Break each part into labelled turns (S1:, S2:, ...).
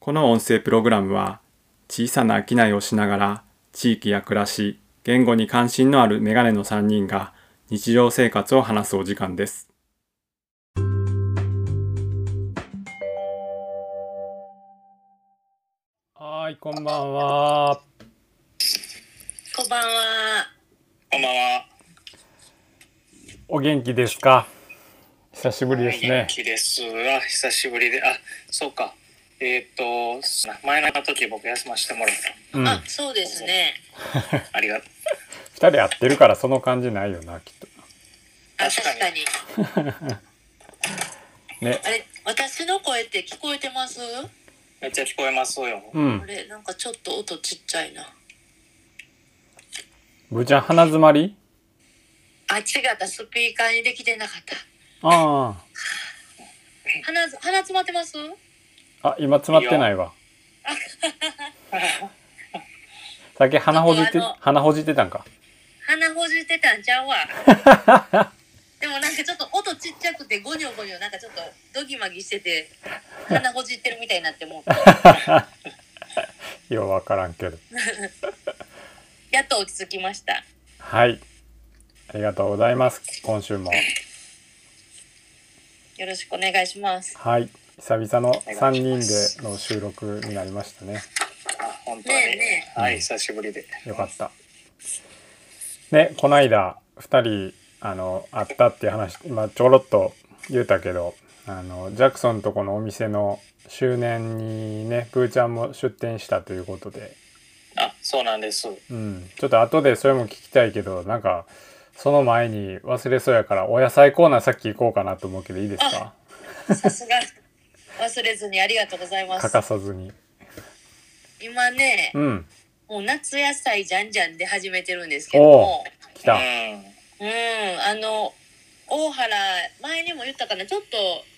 S1: この音声プログラムは小さな商いをしながら地域や暮らし、言語に関心のあるメガネの3人が日常生活を話すお時間です。はい、こんばんは。
S2: こんばんは。
S3: こんばんは。
S1: お元気ですか久しぶりですね
S3: 元。気ですわ。久しぶりで、あ、そうか。えっ、と、そうだ前の時僕休ませてもらっ
S1: うん。
S2: あ、そうですね。
S3: た。ありがとう。
S1: 二人会ってるからその感じないよな、きっ
S2: あ、確
S3: 確かに
S2: かに。
S1: と。 ね。
S2: あれ、私の声って聞こえてます？
S3: めっちゃ聞こえますよ。
S1: うん
S2: あ。れ、なんかちょっと音ちっちゃいな。
S1: ぶーちゃん鼻づまり
S2: あ、違った。スピーカーにできてなかった。
S1: あ
S2: 鼻ず、鼻詰まってます？
S1: あ。あ、今詰まってないわ。さっき鼻ほじって
S2: 僕あの、
S1: 鼻ほじってたんか。
S2: 鼻ほじってたんちゃうわ。 でもなんかちょっと音ちっちゃくてゴニョゴニョなんかちょっとドギマギしてて鼻ほじってるみたいになって もう
S1: ようわからんけど。
S2: やっと落ち着きました。
S1: はい。ありがとうございます。今週も。
S2: よろしくお願いします。
S1: はい。久々の
S3: 願いし
S1: 3
S3: ま
S1: 人
S3: す
S1: での収録になりましたね。
S3: あ、本当に。
S2: ねえね
S3: はい、久しぶりで。
S1: よかった。ね、こないだ2人あの会ったっていう話今ちょろっと言うたけどあのジャクソンとこのお店の周年にねプーちゃんも出店したということで、
S3: あ、そうなんです。
S1: うん、ちょっと後でそれも聞きたいけどなんかその前に忘れそうやからお野菜コーナーさっき行こうかなと思うけどいいですか
S2: さすが忘れずにありがとうございま
S1: 欠
S2: す。
S1: かさずに。
S2: 今ね、
S1: うん
S2: もう夏野菜じゃんじゃんで始めてるんですけども、
S1: 来
S3: うん
S1: た。。
S2: うん、あの、大原、前にも言ったかな、ちょっと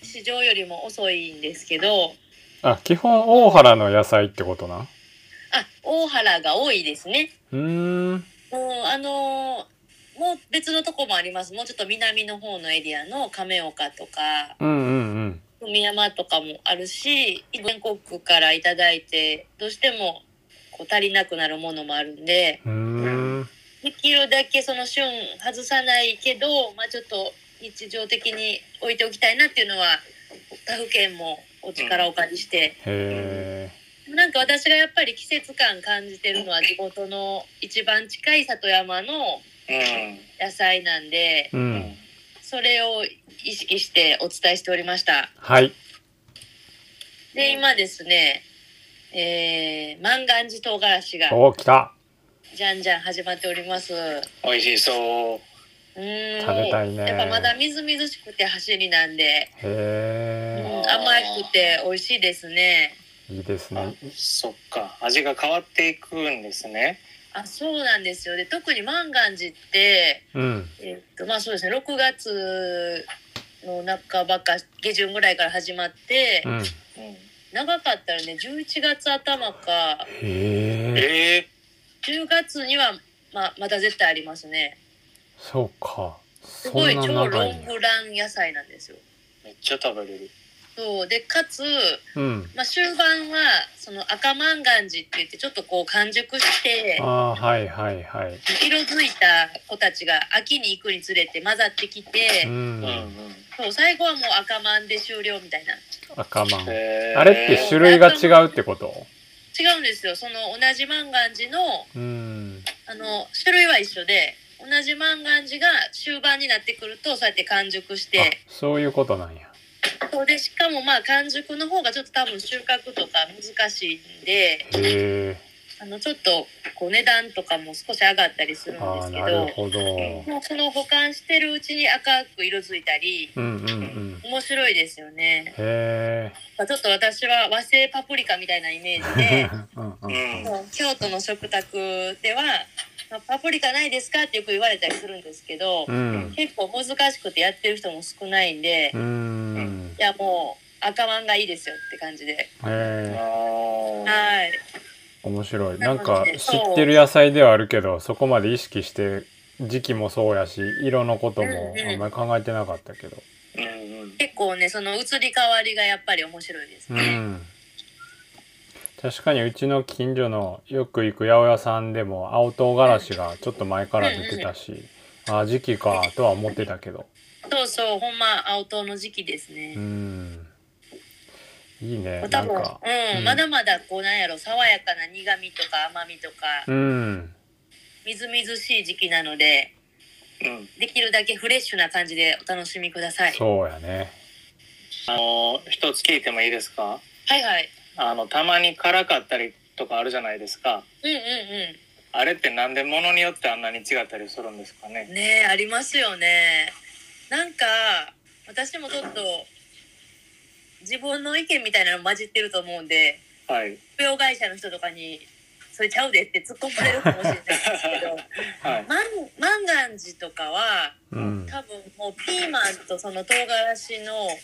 S2: 市場よりも遅いんですけど、
S1: あ基本大原の野菜ってことな。
S2: あ、大原が多いですね。
S1: うーん
S2: もう、あの、もう別のとこもあります。もうちょっと南の方のエリアの亀岡とか、
S1: うんうん
S2: 海山とかもあるし、全国からいただいて、どうしてもこう足りなくなるものもあるんで、
S1: うん。うーん
S2: できるだけその旬外さないけど、まあ、ちょっと日常的に置いておきたいなっていうのは他府県もお力をお借りして、
S1: へ
S2: なんか私がやっぱり季節感感じてるのは地元の一番近い里山の
S3: う
S2: 野菜なんで
S1: え。う
S3: うんん。。
S2: それを意識してお伝えしておりました
S1: はい。
S2: で今ですねえー、万願寺唐辛子が
S1: おお、来た。
S2: じゃんじゃん始まっております
S3: 美味しそう。
S2: うーん
S1: 食べたいね
S2: やっぱまだみずみずしくて走りなんで
S1: へ
S2: うん甘くて美味しいですね。
S1: え。いいです
S3: あ
S1: ね。、
S3: そっか。味が変わっていくんですね。
S2: あ、そうなんですよ。で、特に万願寺って、
S1: うん。
S2: えっと、まあ、そうですね。6月の半ばか下旬ぐらいから始まって、
S1: うん。
S3: うん。
S2: 長かったらね、11月頭か
S1: へえ。
S3: ええ
S2: 10月にはまあまた絶対ありますね。
S1: そうか。
S2: す
S1: そ
S2: ごい
S1: んな
S2: 超ロ
S1: 長い
S2: ン
S1: んや。
S2: グラン野菜なんですよ。
S3: めっちゃ食べれる。
S2: そうでかつ、
S1: うん。
S2: まあ、終盤はその赤万願寺って言ってちょっとこう完熟して
S1: ああ、はいはいはい。
S2: 色づいた子たちが秋に行くにつれて混ざってきて、
S1: うん
S3: うん。。
S2: そう最後はもう赤マンで終了みたいな
S1: 赤まん。
S3: え
S1: あれって種類が違うってこと
S2: 違うんですよその同じ万願寺の
S1: うん。
S2: あの種類は一緒で同じ万願寺が終盤になってくるとそうやって完熟し
S1: あ
S2: て、
S1: そういうことなんや。
S2: そうでしかもまあ完熟の方がちょっと多分収穫とか難しいんで
S1: へえ。
S2: あのちょっとこう値段とかも少し上がったりするんで
S1: ああ、
S2: すけ
S1: な
S2: ど
S1: るほど。
S2: もうその保管してるうちに赤く色づいたり
S1: うんうんうん。
S2: 面白いですよね。
S1: へえ。
S2: まあちょっと私は和製パプリカみたいなイメージで。
S1: うんうん
S3: うん。
S2: もう京都の食卓では、まあパプリカないですかってよく言われたりするんですけど、
S1: うん。
S2: 結構難しくてやってる人も少ないんで、
S1: う
S2: い
S1: ん。
S2: やもう赤ワンがいいですよって感じで、
S1: へえ。
S3: ああ。
S2: はい
S1: 面白いな
S2: なんん
S1: か
S2: か
S1: 知ってる野菜ではあるけどそこまで意識して時期もそうやし色のことも
S2: うんうん
S1: あんまり考えてなかったけど
S3: うんうん。
S2: 結構ねその移り変わりがやっぱり面白いです
S1: う
S2: ね、
S1: ん確かにうちの近所のよく行く八百屋さんでも青唐辛子がちょっと前から出てたし、ああ時期かとは思ってたけど
S2: そうそう、ほんま青唐の時期ですね
S1: う。んいいね
S2: 多
S1: なん
S2: 分、
S1: か
S2: うん、
S1: うん
S2: まだまだこうなんやろ爽やかな苦味とか甘みとか、
S1: うん
S2: みずみずしい時期なので
S3: うん。
S2: できるだけフレッシュな感じでお楽しみください
S1: そうやね
S3: あの、一つ聞いてもいいですか
S2: はいはい
S3: あの、たまに辛かったりとかあるじゃないですか。
S2: うんうん
S3: あれってなんで物によってあんなに違ったりするんですか
S2: うん
S3: ね。
S2: ねえありますよねなんか私もちょっと自分の意見みたいなの混じってると思うんで
S3: はい。
S2: 病会社の人とかに「それちゃうで」って突っ込まれるかもしれないですけ ど
S3: はい。
S2: マン万願寺とかは
S1: うん
S2: 多分もうピーマンとその唐辛子の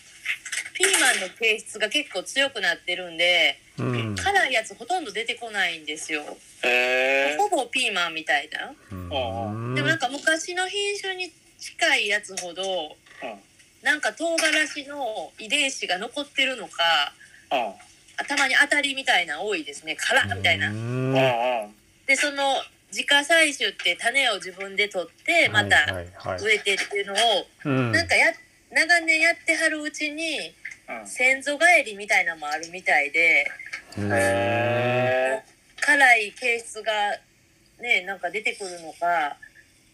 S2: ピーマンの形質が結構強くなってるんで
S1: うん
S2: 辛いやつほとんど出てこないんですよ
S3: え
S2: ほぼピーマンみたいな
S1: うん
S2: でもなんか昔の品種に近いやつほど
S3: ー。うん。うん。
S2: なんか唐辛子の遺伝子が残ってるのか頭に当たりみたいなの多いですね辛っみたいうなん
S3: うん。うん。
S2: でその自家採取って種を自分で取ってま
S1: は
S2: た
S1: いはいは
S2: 植
S1: い
S2: えてっていうのを
S1: うん
S2: なんかや長年やってはるうちに
S3: うん。
S2: 先祖返りみたいなのもあるみたいで
S1: うん
S3: へ
S2: 辛い形質がねなんか出てくるのか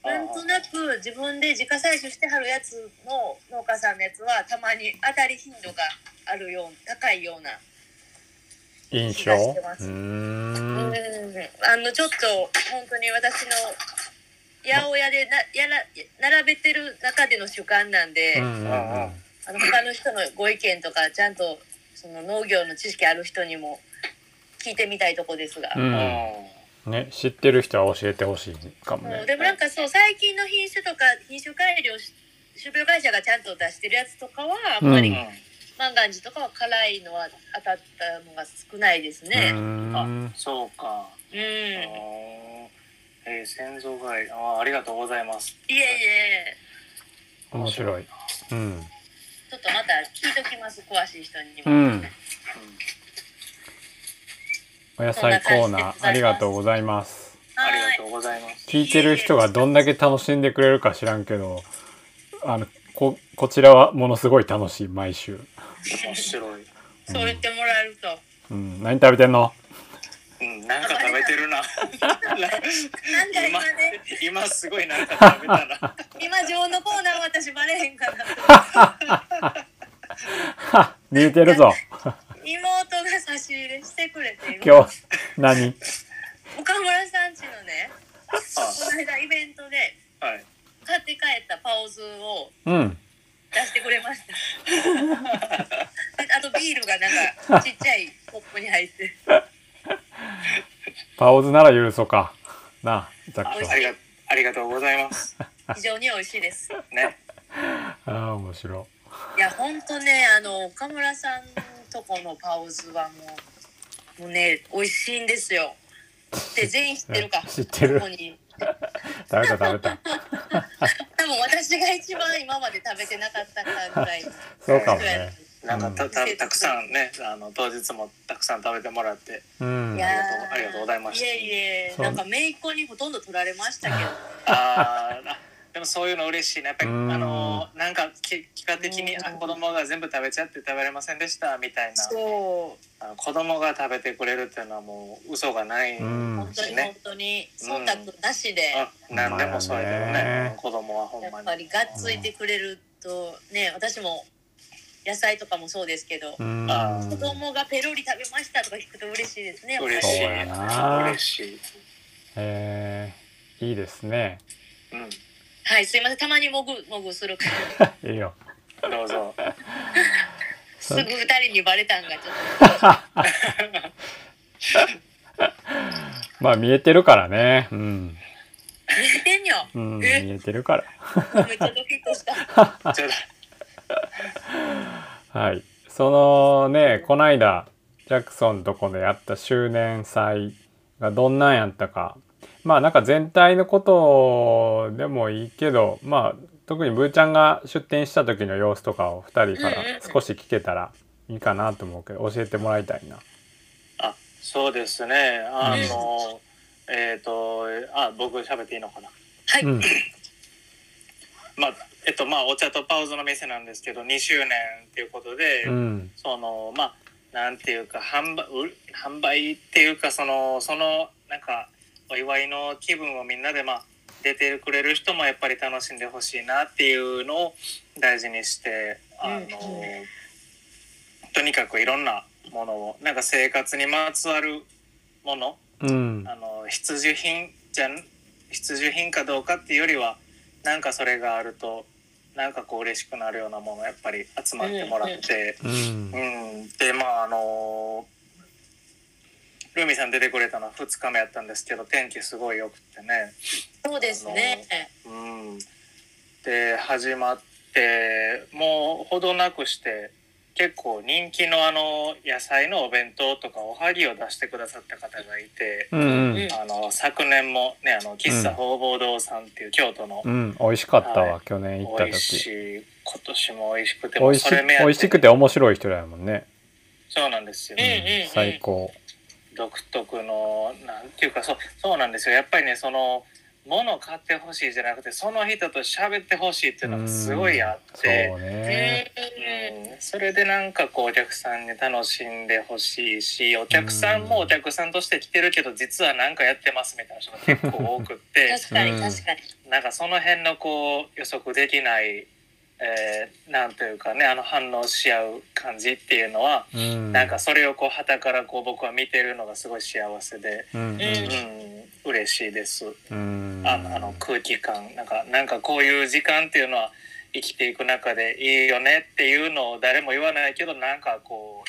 S2: なんとなく自分で自家採取してはるやつの農家さんのやつはたまに当たり頻度があるよう高いような、
S1: 印象う
S2: うんん、あのちょっと本当に私の八百屋でなやら並べてる中での主観なんで、
S1: うんうん
S2: あの他の人のご意見とかちゃんとその農業の知識ある人にも聞いてみたいとこですが。
S1: う
S3: ー
S1: んうんね知ってる人は教えてほしいかも
S2: うん、
S1: ね
S2: でもなんかそう最近の品種とか品種改良し種苗会社がちゃんと出してるやつとかはあんま
S3: う
S2: り
S1: うん
S3: ん。
S2: 万願寺とかは辛いのは当たったのが少ないです
S1: う
S2: ね。
S1: ん
S3: そうか。
S2: うん、
S3: あーえー、先祖返り。あーありがとうございます。
S2: いえいえ
S1: 面白いうん
S2: ちょっとまた聞いときます詳しい人に
S1: う
S2: も。
S1: んお野菜コーナーありがとうございます
S3: あり
S2: は
S3: が
S2: い
S3: とうございます。
S1: 聞いてる人がどんだけ楽しんでくれるか知らんけどあのここちらはものすごい楽しい毎週、
S3: 面白い。
S2: そう言ってもらえると
S1: うん、何食べてんの
S3: うん、なんか食べてるな。
S2: なんか今ね
S3: 今、今すごいなんか食べたな。
S2: 今自分のコーナーは私バレへんかな
S1: はっ見えてるぞ
S2: 妹が差し入れしてくれて
S1: 今日何
S2: 岡村さんちのねこの間イベントで
S3: はい。
S2: 買って帰ったパオズを
S1: うん
S2: 出してくれま した。であとビールがなんかちっちゃいコップに入って。
S1: パオズなら許そうかなあザック
S2: 美味
S1: さん
S2: し
S3: あ
S2: い
S3: りが、ありがとうござい ます。
S2: 非常に美味しいです。
S3: ね。
S1: ああ面白。
S2: いや、ほんとね、あの、岡村さんとこのパオズはもう、もうね、美味しいんですよ。で、全員知ってるか
S1: 知ってる
S2: ここに。
S1: 食べた食べた
S2: 多分私が一番今まで食べてなかったかぐらい。
S1: そうかも
S2: ぐらい
S1: ね
S3: なんかた、た、たくさんね、あの、当日もたくさん食べてもらって。
S1: うん
S2: いやー
S3: ありがとうございました
S2: いえいえ、
S1: そう
S2: なんか姪っ子にほとんど取られましたけど。
S3: あ ーあ、でも、そういうの嬉しいね。やっぱり、あ
S1: うん
S3: の、なんか、き、結果的に、
S2: うん
S3: あ、子供が全部食べちゃって食べれませんでしたみたいな。
S2: そう。
S3: あの子供が食べてくれるっていうのは、もう嘘がない。
S1: う
S2: 本
S1: ん
S2: 当に本当に忖度なしで、
S3: あ何でもそうやけど
S1: ほんまやね
S3: ね子供はほんまに
S2: やっぱりがっついてくれるとね私も野菜とかもそうですけど、
S1: うん
S3: あ
S2: 子供がペロリ食べましたとか聞くと嬉しいですねやっぱり
S3: 嬉しい
S1: そうやな
S3: 嬉しい、
S1: えー、いいですね
S3: うん、
S2: はいすいませんたまにもぐもぐする
S1: いいよ
S3: どう ぞ
S2: すぐ二人にバレたんがちょっ
S1: まあ見えてるからねうん、
S2: と見てんよ、
S1: うん、見
S2: え
S1: えてるから
S2: めっちゃドキッとした
S3: ちょっ
S1: はい。そのね、こないだ、ジャクソンとこでやった周年祭がどんなんやったか。まあなんか全体のことでもいいけど、まあ特にブーちゃんが出店した時の様子とかを2人から
S2: うんうんうん
S1: 少し聞けたらいいかなと思うけど、教えてもらいたいな。
S3: あそうですね。あの、えっ、と、あ、僕喋っていいのかな。
S2: はい、
S1: うん
S3: まあ、えっと、まあ、お茶とパウズの店なんですけど、2周年っていうことで、
S1: うん
S3: その、まあ、なんていうか、販売、売販売っていうか、その、その、なんか、お祝いの気分をみんなで、まあ、出てくれる人もやっぱり楽しんでほしいなっていうのを大事にして、あの、とにかくいろんなものを、なんか生活にまつわるもの、
S1: うん
S3: あの必需品じゃん必需品かどうかっていうよりはなんかそれがあるとなんかこう嬉しくなるようなものやっぱり集まってもらって、
S1: うん
S3: うんでまああのルミさん出てくれたのは2日目やったんですけど天気すごいよくってね、
S2: そうですね。
S3: うん、で始まってもうほどなくして結構人気のあの野菜のお弁当とかおはぎを出してくださった方がいて。
S1: うん
S2: うん
S3: あの昨年もねあの喫茶方々堂さんっていう京都の
S1: うん美味しかったわ、
S3: は
S1: 去年行った
S3: 美味し
S1: 時
S3: い今年も美味しく
S1: 美
S3: ても
S1: 味し
S3: それ目当て
S1: 美
S3: に
S1: 味しくて面白い人だもんね、
S3: そうなんですよ、
S2: うんうん
S1: 最高
S3: 独特のなんていうかそうそうなんですよやっぱりねその物を買ってほしいじゃなくてその人と喋ってほしいっていうのがすごいあって
S1: そう
S2: うん
S1: ね
S3: うんそれでなんかこうお客さんに楽しんでほしいしお客さんもお客さんとして来てるけど実はなんかやってますみたいな人が結構多くって
S2: 確かに確かに。
S3: なんかその辺のこう予測できない、えーなんというかねあの反応し合う感じっていうのは、
S1: うん
S3: なんかそれをこう旗からこう僕は見てるのがすごい幸せで、
S1: うん
S3: うん、嬉しいです。
S1: うん
S3: あのあの空気感なんかなんかこういう時間っていうのは生きていく中でいいよねっていうのを誰も言わないけどなんかこ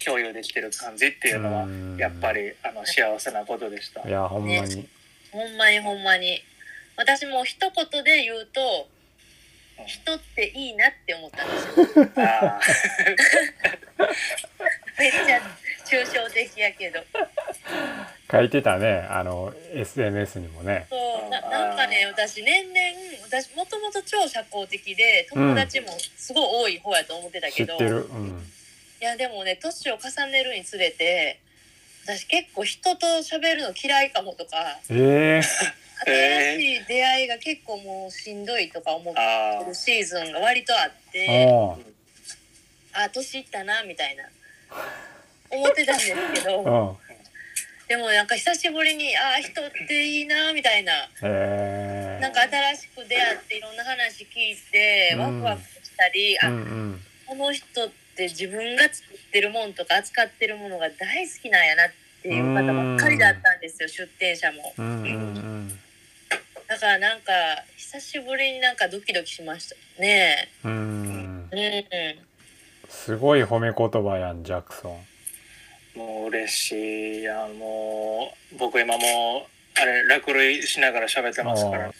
S3: う共有できてる感じっていうのは
S1: うん
S3: やっぱりあの幸せなことでした。
S1: いやほんまに
S2: ほんまにほんまに。私も一言で言うと、人っていいなって思ったんですよ。
S3: あー
S2: めっちゃ抽象的やけど。
S1: 書いてたねあの SNS にもね
S2: そうななんかね私年々私もともと超社交的で友達もすごい多い方やと思ってた
S1: 知
S2: け
S1: っ
S2: ど、
S1: て
S2: い
S1: るうん
S2: やでもね年を重ねるにつれて私結構人と喋るの嫌いかもとか
S1: え
S3: えー
S2: 新しい出会いが結構もうしんどいとか思って
S3: あー
S2: るシーズンが割とあって
S1: ー、
S2: あ年いったなみたいな思ってたんですけ
S1: う
S2: ど
S1: んうん
S2: でもなんか久しぶりにあー人っていいなみたいな。
S1: えー、
S2: なんか新しく出会っていろんな話聞いて
S1: うん
S2: ワクワクしたり、
S1: うん
S2: あ
S1: うん
S2: この人って自分が作ってるもんとか扱ってるものが大好きなんやなっていう方ばっかりだったんですよ出店者も
S1: うんうん
S2: だからなんか久しぶりになんかドキドキしましたね
S1: うんうん
S2: うん
S1: すごい褒め言葉やんジャクソン
S3: もう嬉しいやもう僕今もうあれ落雷しながら喋ってますから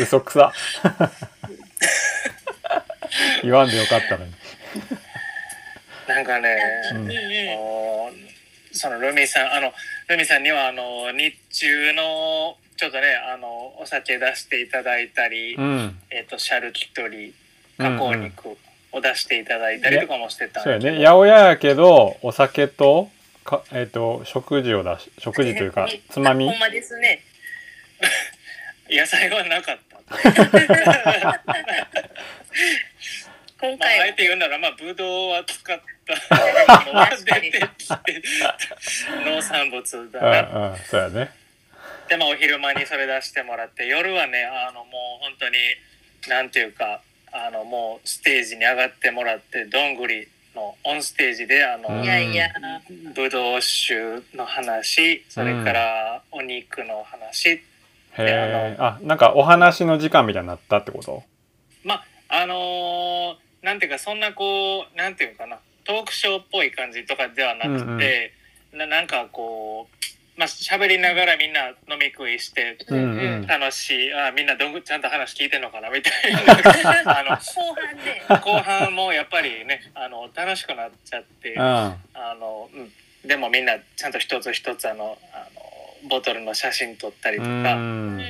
S1: 嘘くさ 言わんでよかったのに
S3: なんかね、
S1: う
S2: うんんうんうん
S3: もうそのルミさんあのルミさんにはあの日中のちょっとねあのお酒出していただいたり、
S1: うん
S3: えっとシャルキトリ加工肉を出していただいたりとかもしてたん
S1: そう
S3: で
S1: やね八百屋やけどお酒とかえっ、と食事を出し食事というかつまみ
S2: ほんまですね
S3: 野菜はなかった、まあ、
S2: 今
S3: あ
S2: 回は
S3: えて言うならまあブドウは使ったのは
S2: 確か
S3: 出
S2: に
S3: てきて農産物だ
S1: う
S3: なっ
S1: んうんそうやね
S3: でまあお昼間にそれ出してもらって夜はねあのもう本当になんていうかあのもうステージに上がってもらってどんぐりのオンステージであの、
S1: うん
S2: いやい や
S3: ぶどう酒の話それからお肉の話、
S1: へえあなんかお話の時間みたいになったってこと
S3: まああのーなんていうかそんなこうなんていうかなトークショーっぽい感じとかではなくて、ななんかこうまあ喋りながらみんな飲み食いして
S1: うんうん
S3: 楽しいあみんなどんぐちゃんと話聞いてんのかなみたいなあの
S2: 後半で
S3: 後半もやっぱりねあの楽しくなっちゃって
S1: う
S3: あ
S1: ん
S3: の、うん、でもみんなちゃんと一つ一つあのあのボトルの写真撮ったり
S1: う
S3: とか、
S2: うん
S1: ん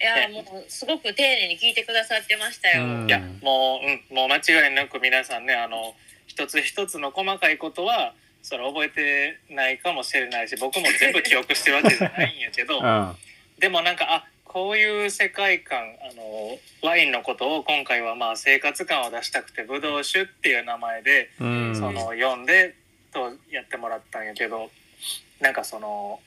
S2: いやもうすごく丁寧に聞いてくださってましたよ、
S1: うん
S3: いやもう、うん、もう間違いなく皆さんねあの一つ一つの細かいことはそれ覚えてないかもしれないし僕も全部記憶してるわけじゃないんやけ ど
S1: うん
S3: でもなんかあこういう世界観あのワインのことを今回はまあ生活感を出したくて「ブドウ酒」っていう名前で
S1: うん
S3: その読んでとやってもらったんやけどなんかその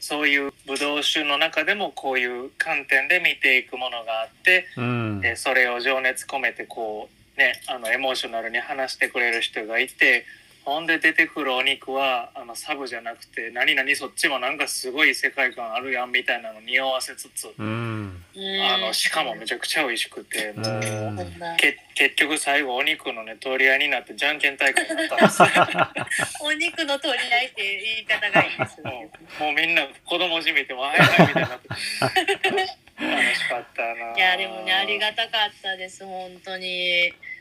S3: そういうブドウ酒の中でもこういう観点で見ていくものがあって
S1: うん
S3: でそれを情熱込めてこうねあのエモーショナルに話してくれる人がいてほんで出てくるお肉はあのサブじゃなくて何々そっちもなんかすごい世界観あるやんみたいなの匂わせつつ
S1: うん
S3: あのしかもめちゃくちゃ美味しくてもう。
S2: そんな
S3: け結局最後お肉のね取り合いになってじゃんけん大会になったんですよ
S2: お肉の取り合いって言い方がいいですよね。
S3: もうみんな子供じみてわいわいみたいになって楽しかったない
S2: いやでもねありがたかったです本当に、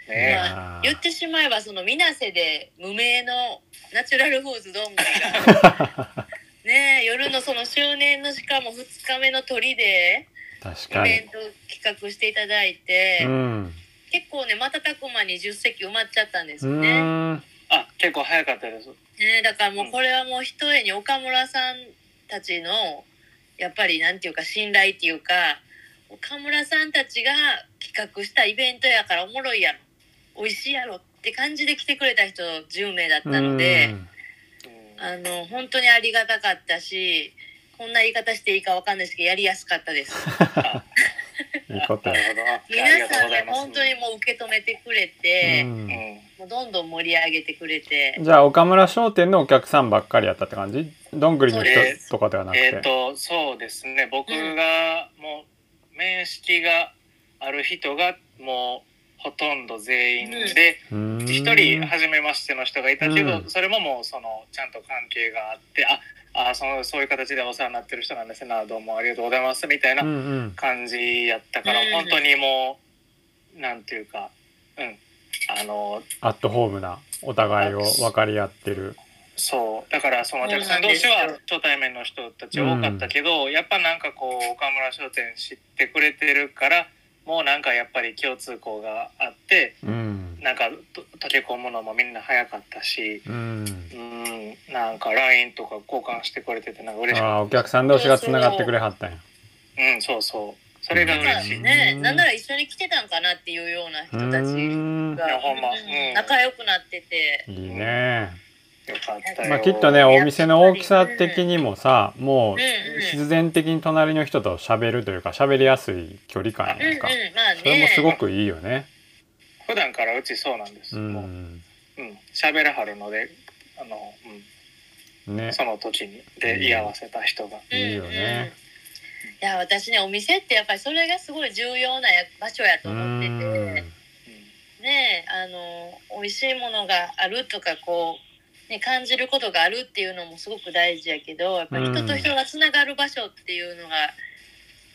S3: ね
S2: まあ、言ってしまえばその水瀬で無名のナチュラルフーズどんぐりが ねえ夜のその周年のしかも2日目の鳥で
S1: 確
S2: イ
S1: か
S2: ベン
S1: に
S2: ト企画していただいて、
S1: うん
S2: 結構ね瞬く間に10席埋まっちゃったんです
S1: う
S2: よね。
S1: ん
S3: あ結構早かったです
S2: ねえだからもうこれはもうひとえに岡村さんたちのやっぱりなんていうか信頼っていうか岡村さんたちが企画したイベントやからおもろいやろ美味しいやろって感じで来てくれた人10名だったので
S3: うん
S2: あの本当にありがたかったしこんな言い方していいかわかんないですけどやりやすかったです。
S1: うんいいこと
S3: な
S1: や
S3: るほど
S2: 皆
S3: ありがとう
S2: さ
S3: ご
S2: ん
S3: ざ
S2: ね
S3: います
S2: 本当にもう受け止めてくれ
S1: う
S2: て、
S1: ん
S2: もうどんどん盛り上げてくれて。
S1: じゃあ岡村商店のお客さんばっかりやったって感じどんぐりの人とかではなく
S3: えってとそうですね僕がもう面識がある人がもうほとんど全員で
S1: うん
S3: 一人初めましての人がいたけど、
S1: うん
S3: それももうそのちゃんと関係があってああそのそういう形でお世話になってる人なんですなどうもありがとうございますみたいな
S1: うんうん
S3: 感じやったから、
S2: うん
S3: 本当にもうなんていうかうんあの
S1: アットホームなお互いを分かり合ってる
S3: そうだからそのお客さん同士は初対面の人たち多かったけど、やっぱなんかこう岡村商店知ってくれてるからもうなんかやっぱり共通項があって
S1: うん
S3: なんかと溶け込むのもみんな早かったし。
S1: うん
S3: うん、なんか LINE とか交換してくれててなんか嬉し
S1: あ
S3: かっ
S1: あお客さん同士がつながってくれはったんや
S3: たうんそうそうそれが嬉しい、
S1: うん
S2: ね、なんなら一緒に来てたんかなっていうような人
S1: う
S2: たち
S1: ん
S2: が、
S3: いやほんま
S2: うん
S3: うん
S2: 仲良くなってて、
S1: いいね
S3: よかったよ、
S1: まあきっとねお店の大きさ的にもさも
S2: うん
S1: う
S2: うん、
S1: 必然的に隣の人と喋るというか喋りやすい距離感
S2: うんう
S1: やん
S2: ん
S1: か、
S2: まあね、
S1: それもすごくいいよね
S3: 普段からうちそうなんです、
S1: う
S3: もうんうん、喋らはるので、あの、う
S1: ね
S3: ん、その時
S1: う
S3: に、
S1: ん
S3: で、居合わせた人が。
S2: うんうん
S1: いいよね。
S2: いや私ねお店ってやっぱりそれがすごい重要なや場所やと
S1: う
S2: 思ってて
S1: ん
S2: ねあの美味しいものがあるとかこう、ね、感じることがあるっていうのもすごく大事やけどやっぱり人と人がつながる場所っていうのが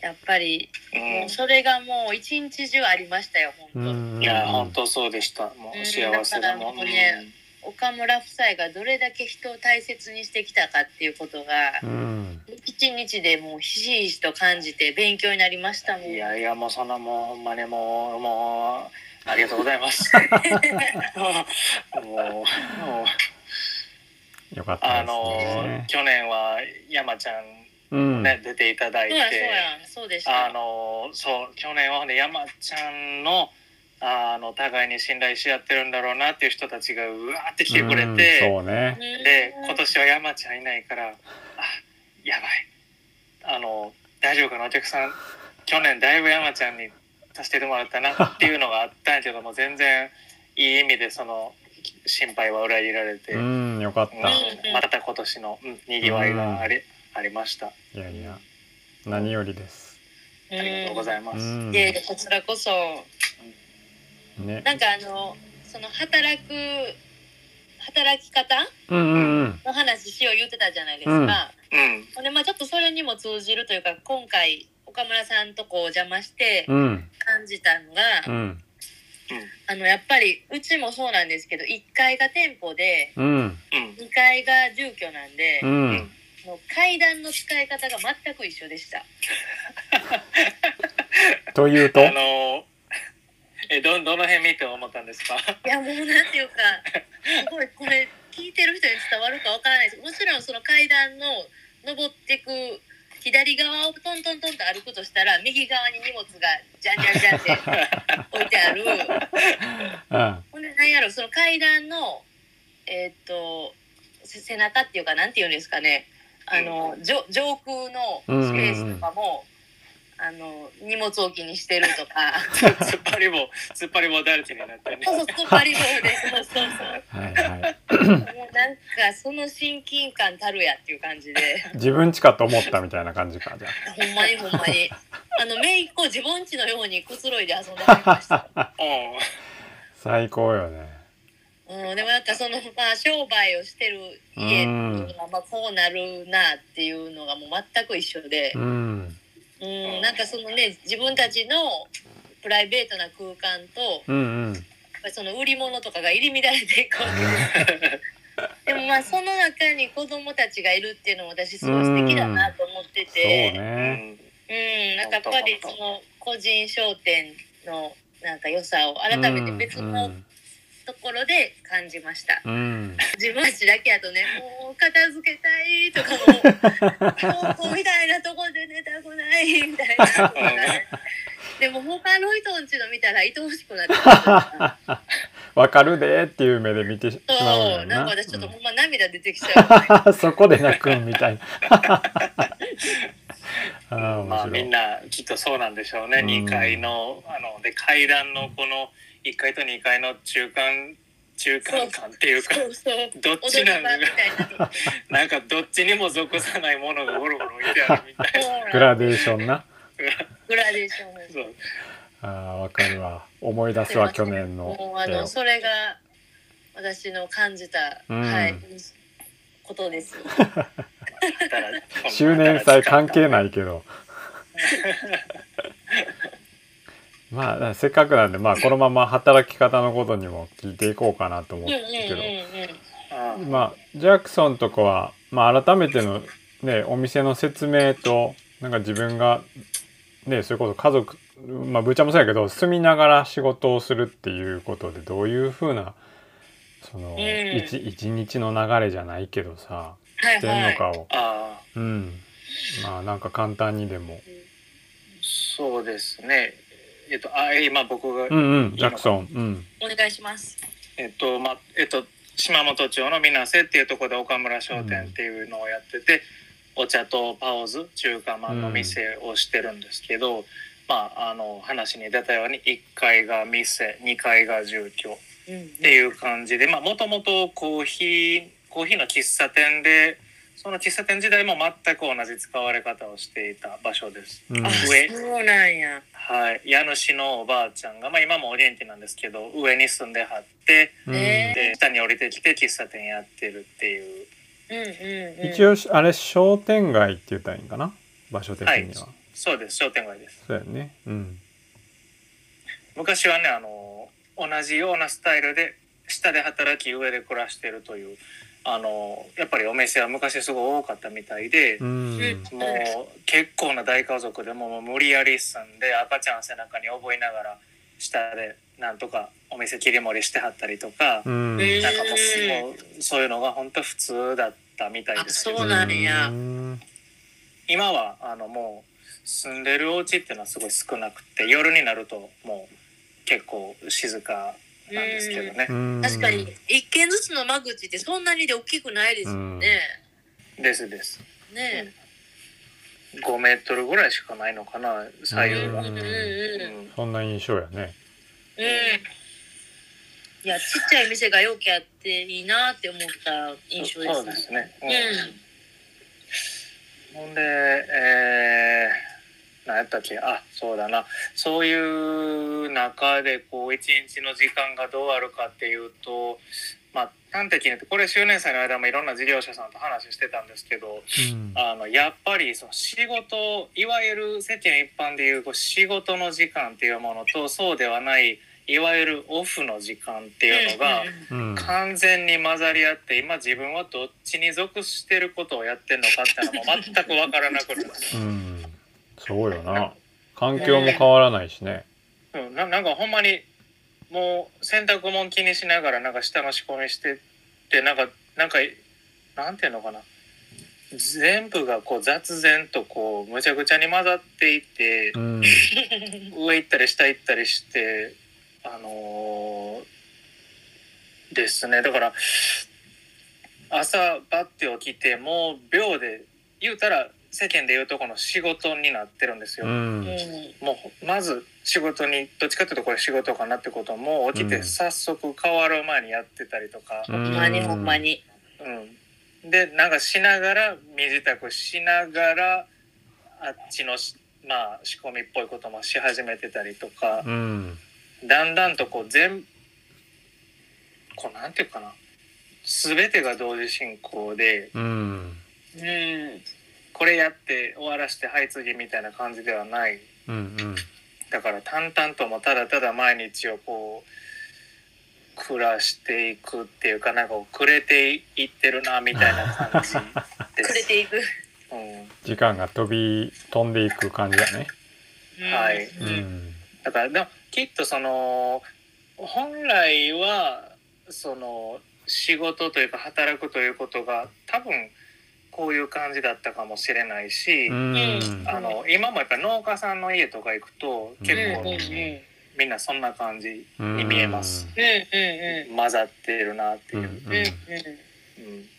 S2: やっぱり
S3: うん、
S2: もうそれがもう一日中ありましたよ本当。
S1: うん
S3: いや、本当そうでした。も
S2: う
S3: う、
S2: ん
S3: 幸せだもん。
S2: だからね岡村夫妻がどれだけ人を大切にしてきたかっていうことが
S1: うん
S2: 一日でもうひしひしと感じて勉強になりましたもん。
S3: いやいや、もう、そんな、もう、ほんまに、もう、もう、ありがとうござ います。もう、もう、
S1: よかった
S3: あ
S1: です
S3: の、
S1: ね
S3: 去年は、山ちゃん、
S1: うん
S3: ね、出ていただい
S2: そ
S3: て。
S2: うやそうやそうでした。
S3: あのそう去年はね山ちゃんのあの互いに信頼し合ってるんだろうなっていう人たちがうわーって来てくれ
S1: うん
S3: て、
S1: そうね
S2: うん
S3: で今年は山ちゃんいないからあやばいあの大丈夫かなお客さん去年だいぶ山ちゃんに助けてもらったなっていうのがあったんやけども全然いい意味でその心配は裏切られて、
S1: う
S3: うん
S1: んよかった
S2: うん
S3: また今年の、うん、にぎわいがあり,、ありました
S1: いやいや何よりです
S3: ありがとうございます。
S1: うん
S2: で
S1: ね
S2: こちらこそなんかあのその働く働き方
S1: うんうんうん
S2: の話しよう言ってたじゃないですか。
S1: うん
S3: うん
S2: ほんでまあちょっとそれにも通じるというか今回岡村さんとこうお邪魔して
S1: うん
S2: 感じたのが。
S1: うん
S2: あのやっぱりうちもそうなんですけど1階が店舗で
S1: うん
S3: うん
S2: 2階が住居なんで、
S1: う
S3: うんん
S2: もう階段の使い方が全く一緒でした。
S1: というと
S3: あのー えどどの辺見て思ったんですか
S2: いやもうなんていうかすごいこれ聞いてる人に伝わるかわからないですもちろんその階段の登ってく左側をトントントンと歩くとしたら右側に荷物がじゃんじゃんじゃんって置いてある
S1: うん
S2: ほんで何やろその階段のえーっとせ背中っていうかなんていうんですかねあの、上上空のスペースとかも、あの荷物置きにしてるとか
S3: 突っ張り棒突っ張り棒だらけになって ね
S2: そうそう突っ張り棒でそうそうそう。
S1: はいはい、
S2: もうなんかその親近感たるやっていう感じで
S1: 自分ちかと思ったみたいな感じかじゃ
S2: ほんまにほんまにあの姪っ子自分家のようにくつろいで遊んではりました、
S3: うん
S1: あ最高よね
S2: うん、でもなんかそのまあ商売をしてる家っていうのはまあこうなるなっていうのがもう全く一緒で
S1: う、ん
S2: うん、なんかそのね自分たちのプライベートな空間と
S1: うんうん
S2: やっぱりその売り物とかが入り乱れていくわけですでもまあその中に子供たちがいるっていうのも私すごい素敵だなと思ってて。
S1: そう
S3: う
S1: ね
S3: ん
S2: うん、なんかやっぱりその個人商店のなんか良さを改めて別のところで感じました。
S1: うん、うん
S2: 自分たちだけやとね、もう片付けたいとかもう、高校みたいなとこで寝たくないみたいなとかね。でも他の人んちの見たら愛おしくなってくる。
S1: わかるでーっていう目で見てしまうんや
S2: そ う、
S1: な
S2: なんか私ちょっと
S1: うん
S2: ほんま涙出てきちゃ
S1: そこで泣くんみたいなあー
S3: まあ
S1: 面白
S3: み
S1: い、
S3: んなきっとそうなんでしょうね、
S1: うん
S3: 2階のあので階段のこの1階と2階の中間中間感っていう
S2: う。
S3: か
S2: そうそう。
S3: どっち
S2: 踊り
S3: な
S2: 場
S3: ん
S2: み
S3: か
S2: たいな。
S3: なんかどっちにも属さないものがゴロゴロ置いてあるみたいな
S1: グラデーションな
S2: グラデーションで す。
S3: そう
S1: あーわかるわ思い出すわ去年の
S2: もうあ
S1: 絵を
S2: のそれが私の感じた、
S1: うん
S2: はいことです。
S3: だから
S1: 周年祭関係ないけ どまあだからせっかくなんでまあこのまま働き方のことにも聞いていこうかなと思っ
S2: うんうん
S1: て
S2: うん
S1: けど、
S3: うん
S1: まあジャクソンとこは、まあ、改めての、ね、お店の説明となんか自分が、ね、それこそ家族、まあ、ぶーちゃんもそうやけど住みながら仕事をするっていうことでどういうふうなその、
S2: うん
S1: 一一日の流れじゃないけどさ
S2: はい
S1: してん
S2: は
S1: の
S2: い。
S1: かを、
S3: ああ
S1: うんまあなんか簡単にでも
S3: そうですねえっとあ今僕
S1: う
S3: が、
S1: んうんジャクソンうん
S2: お願いします。
S3: えっとまあえっと島本町の水瀬っていうところで岡村商店っていうのをやってて、お茶とパオズ中華まんの店をしてるんですけど、まああの話に出たように1階が店2階が住居っ
S2: うんうん
S3: ていう感じでもともとコーヒーコーヒーの喫茶店でその喫茶店時代も全く同じ使われ方をしていた場所です。
S1: うん
S2: あ、
S3: 上
S2: そうなんや。
S3: はい、家主のおばあちゃんが、まあ、今もお元気なんですけど上に住んではって
S1: うん
S2: ね
S3: で下に降りてきて喫茶店やってるっていう
S2: うんうんうん。
S1: 一応あれ商店街って言ったらいいんかな場所的には、
S3: はそうです商店街です
S1: そうやねうん
S3: 昔はねあの同じようなスタイルで下で働き上で暮らしてるというあのやっぱりお店は昔すごい多かったみたいで、
S1: うん
S3: もう結構な大家族でももう無理やり住んで赤ちゃん背中に覚えながら下でなんとかお店切り盛りしてはったりとか。
S1: うん
S2: え
S3: なんかも
S2: うん
S3: うもうそういうのが本当普通だったみたいですけ
S2: あ
S3: ど
S2: そうなんや
S1: うん
S3: 今はあのもう住んでるお家っていうのはすごい少なくて夜になるともう結構静かなんですけどね
S1: う。ん
S2: 確かに一軒ずつの間口ってそんなにで大きくないですよね。
S3: ですです。
S2: ね。
S3: 5メートルぐらいしかないのかな左
S2: うん
S3: 右
S2: うん
S3: が。
S2: うんうん。うん
S1: そんな印象やね
S2: いやちっちゃい店がよくやっていいなって思った
S3: うん
S2: 印象
S3: そうで
S2: ですす。
S3: ね。うん
S2: うん
S3: ほんで、えー、何やったっけあそうだなそういう中でこう一日の時間がどうあるかっていうとまあ端的に言ってこれ周年祭の間もいろんな事業者さんと話してたんですけど
S1: うん
S3: あのやっぱりその仕事いわゆる世間一般でいうこう仕事の時間っていうものとそうではないいわゆるオフの時間っていうのが。
S1: うん
S3: 完全に混ざり合って今自分はどっちに属してることをやってんのかっていうのも全く分からなくなる
S1: うんそうよな環境も変わらないしね
S3: うんななんかほんまにもう洗濯物気にしながらなんか下の仕込みしてってなんかなんかなんていうのかな全部がこう雑然とこうむちゃくちゃに混ざっていて
S1: う、ん
S3: 上行ったり下行ったりしてあのーですねだから朝バッて起きてもう秒で言うたら世間で言うとこの仕事になってるんですよ。
S1: うん
S3: もうまず仕事にどっちかというとこれ仕事かなってことをもう起き
S1: う
S3: て
S1: ん
S3: 早速顔洗う前にやってたりとか、
S1: うん
S2: ほんまにほんまに。
S3: うん、でなんかしながら身支度しながらあっちのしまあ仕込みっぽいこともし始めてたりとか
S1: う、ん
S3: だんだんとこう全こうなんていうかな全てが同時進行で
S1: うん
S2: うん。
S3: これやって終わらしてはい次みたいな感じではない
S1: うん
S3: だから淡々ともただただ毎日をこう暮らしていくっていうかなんかこう暮れていってるなみたいな感じで
S2: くれ
S3: す。
S2: ていく。
S3: うん、
S1: 時間が飛び飛んでいく感じだね
S3: はい
S1: うん
S3: だからでもきっとその本来はその仕事というか働くということが多分こういう感じだったかもしれないし、
S1: うん
S3: あの今もやっぱ農家さんの家とか行くと結
S1: うんう
S3: 構
S1: んうん
S3: みんなそんな感じ
S1: うん
S3: に見えます。
S2: うんうん
S3: 混ざってるなって
S1: う
S3: い
S1: ん
S3: う、
S2: うん。うん
S3: うん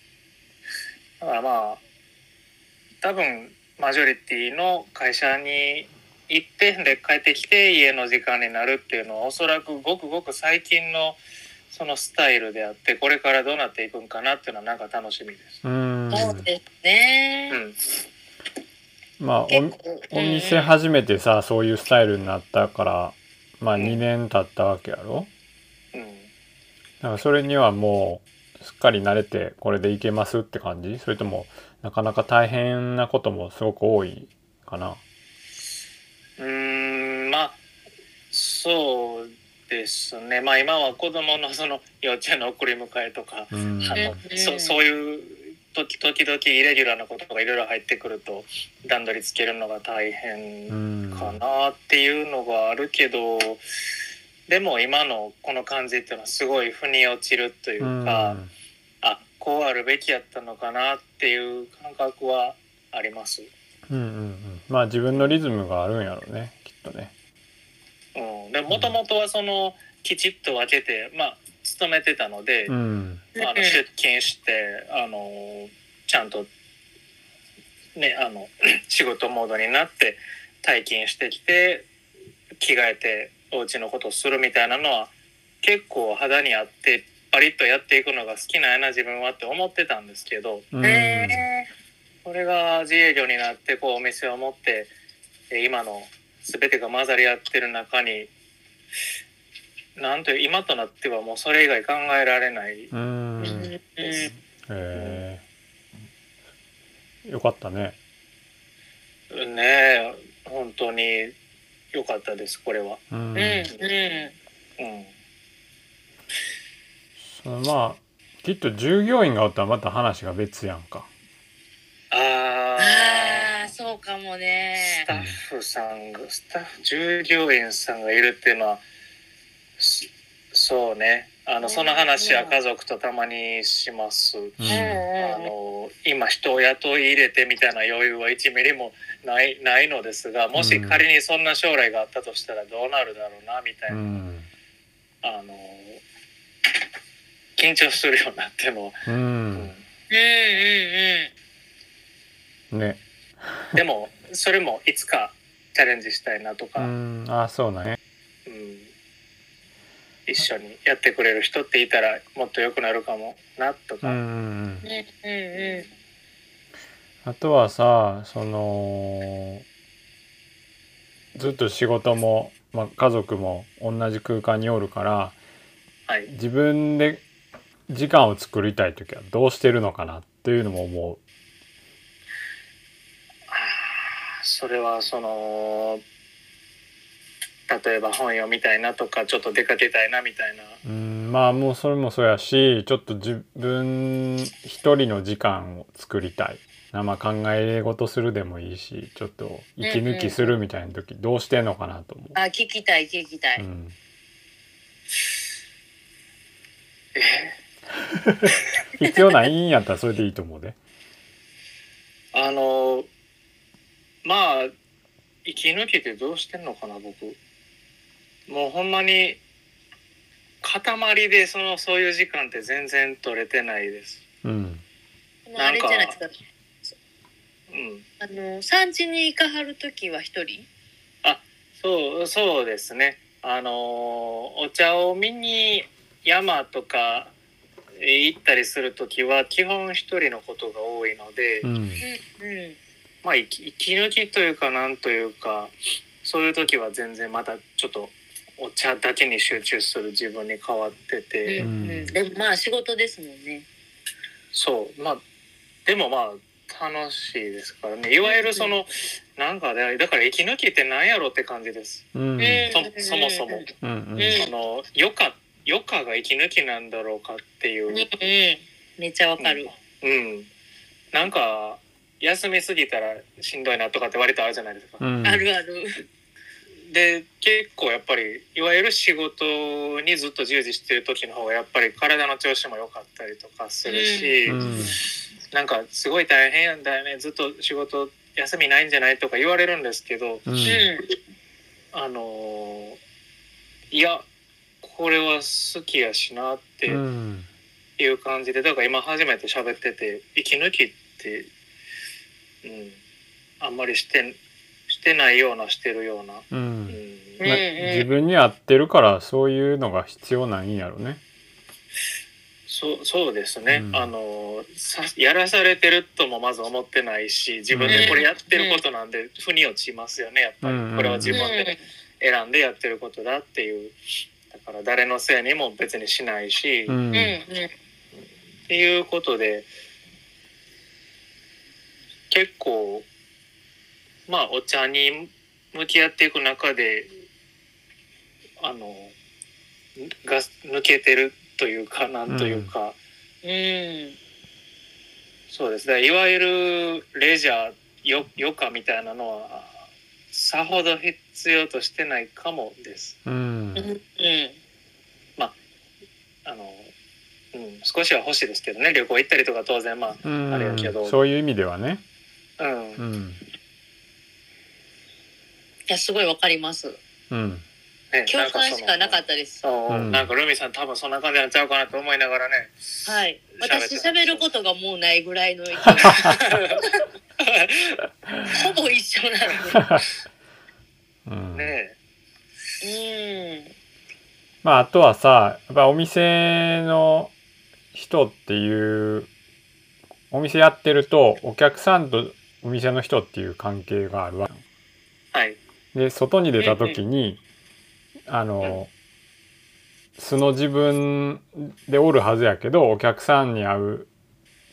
S3: だからまあ多分マジョリティの会社に行ってで帰ってきて家の時間になるっていうのはおそらくごくごく最近のそのスタイルであってこれからどうなっていくんかなっていうのはなんか楽しみです。
S1: うん
S2: うん。そうです
S3: う
S2: ね。
S3: ん、
S1: まあお
S2: 結構
S1: お店初めてさそういうスタイルになったからまあ
S3: うん
S1: 2年経ったわけやろ
S3: うん
S1: だからそれにはもうすっかり慣れてこれでいけますって感じそれともなかなか大変なこともすごく多いかな
S3: うーんまあそうですねまあ今は子供のその幼稚園の送り迎えとか、
S1: うん
S3: あの
S2: うん
S3: そそういう時時々イレギュラーなことがいろいろ入ってくると段取りつけるのが大
S1: う
S3: 変
S1: ん
S3: かなっていうのがあるけどでも今のこの感じっていうのはすごい腑に落ちるといううんか、あこうあるべきやったのかなっていう感覚はあります。
S1: うんうんうんまあ自分のリズムがあるんやろうねきっとね
S3: うん、でもともとはそのきちっと分けて、まあ、勤めてたので、
S1: うん
S3: あの
S2: うん
S3: 出勤してあのちゃんと、ね、あの仕事モードになって退勤してきて着替えてお家のことをするみたいなのは結構肌に合ってパリッとやっていくのが好きなんやな自分はって思ってたんですけど
S1: うん
S2: え
S3: これが自営業になってこうお店を持ってえー今の全てが混ざり合ってる中になんという今となってはもうそれ以外考えられない
S1: うん
S2: ー
S1: へ
S2: うん
S1: えよかったね
S3: ねえ本当に良かったですこれは。
S1: うん
S2: うんう
S3: うん
S1: そのまあきっと従業員がおったらまた話が別やんか
S3: あ
S2: ん。
S3: ー
S2: ああ、そうかも
S3: ス
S2: ね
S3: タ。ッフさんがスタッフ従業員さんがいるっていうのはすそうねあのその話は家族とたまにします。
S1: う
S2: うん
S1: ん
S3: あ
S2: う
S3: の今人を雇い入れてみたいな余裕は1ミリもないないのですがもし仮にそんな将来があったとしたらどうなるだろうなみたいな、
S1: うん
S3: あの緊張するようになっても、
S1: う
S3: うん
S2: ん。うんうん
S1: ね
S3: んでもそれもいつかチャレンジしたいなと
S1: う
S3: か、うん
S1: んあそうなんね
S3: 一緒にやってくれる人っていたらもっと良くなるかもなと
S1: うん
S3: か。
S1: うん
S2: うん。うんうん
S1: あとはさそのずっと仕事も、まあ、家族も同じ空間におるから
S3: はい
S1: 自分で時間を作りたい時はどうしてるのかなっていうのも思う。
S3: それはその例えば本読みたいなとかちょっと出かけたいなみたいな
S1: うんまあもうそれもそうやしちょっと自分一人の時間を作りたい。なまあ考え事するでもいいしちょっと息抜きするみたいな時どうしてんのかなと思う。
S2: あ、聞きたい聞きた
S1: う
S2: い。
S1: ん、必要ないんやったらそれでいいと思うで。
S3: あのまあ息抜きってどうしてんのかな僕もうほんまに塊でそのそういう時間って全然取れてないです
S1: うん。
S2: もうあれじゃないですか
S3: うん
S2: あの産地に行かはる時は一人
S3: そうそうですねあのお茶を見に山とか行ったりする時は基本一人のことが多いので、
S1: うん。
S2: うん
S3: まあ息息抜きというかなんというかそういう時は全然またちょっとお茶だけに集中する自分に変わってて、
S2: うんうんでもまあ仕事ですもんね
S3: そうまあでもまあ楽しいですからねいわゆるその、なんかねだから息抜きってなんやろって感じです
S1: うん。
S3: そそもそも、
S1: うん。うん。
S2: うん
S3: あの余暇余暇が息抜きなんだろうかっていうう、
S2: んうんめっちゃわかる
S3: うん、なんか休みすぎたらしんどいなとかって割とあるじゃないですか
S1: う。ん。
S2: あるある
S3: で結構やっぱりいわゆる仕事にずっと従事してる時の方がやっぱり体の調子も良かったりとかするし、
S1: うん
S3: なんかすごい大変なんだよねずっと仕事休みないんじゃないとか言われるんですけど
S1: うん。
S3: あのーいやこれは好きやしなって
S1: う。
S3: いうんいう感じで、だから今初めて喋ってて息抜きって、うん、あんまりしてしてないようなしてるような。
S1: う。
S3: うんん
S1: ま自分に合ってるからそういうのが必要なんやろね。
S3: そうそうですね、
S1: うん
S3: あのさやらされてるともまず思ってないし自分でこれやってることなんで腑に落ちますよねやっぱり、
S1: うん
S3: これは自
S2: うん
S3: 分で選んでやってることだっていうだから誰のせいにも別にしないし、
S1: う
S3: っ
S1: ん
S2: うん。うん
S3: ていうことで結構まあお茶に向き合っていく中であのが抜けてるというかなんというか。
S2: うん
S3: そうですね。いわゆるレジャー、よ余暇みたいなのは、さほど必要としてないかもです。
S1: うん
S2: う。んうん
S3: あの、うん、少しは欲しいですけどね、旅行行ったりとか当然ま
S1: うん。
S3: あれやけど
S1: そういう意味ではね。
S3: あ、うん、
S1: うん。
S2: いやすごいわかります
S1: うん。
S3: ね
S2: 共感しかなか
S3: ん
S2: ったです
S3: そのそう、
S1: うん
S3: なんかルミさん多分そんな感じになっちゃうかなと思いながらね。
S2: はい
S3: 喋ってます
S2: 私喋ることがもうないぐらいの 勢いほぼ一緒な
S1: うん。
S3: ね
S2: のうん
S1: まああとはさやっぱお店の人っていうお店やってるとお客さんとお店の人っていう関係があるわ
S3: はい。
S1: で外に出た時に、あの、素の自分でおるはずやけどお客さんに会う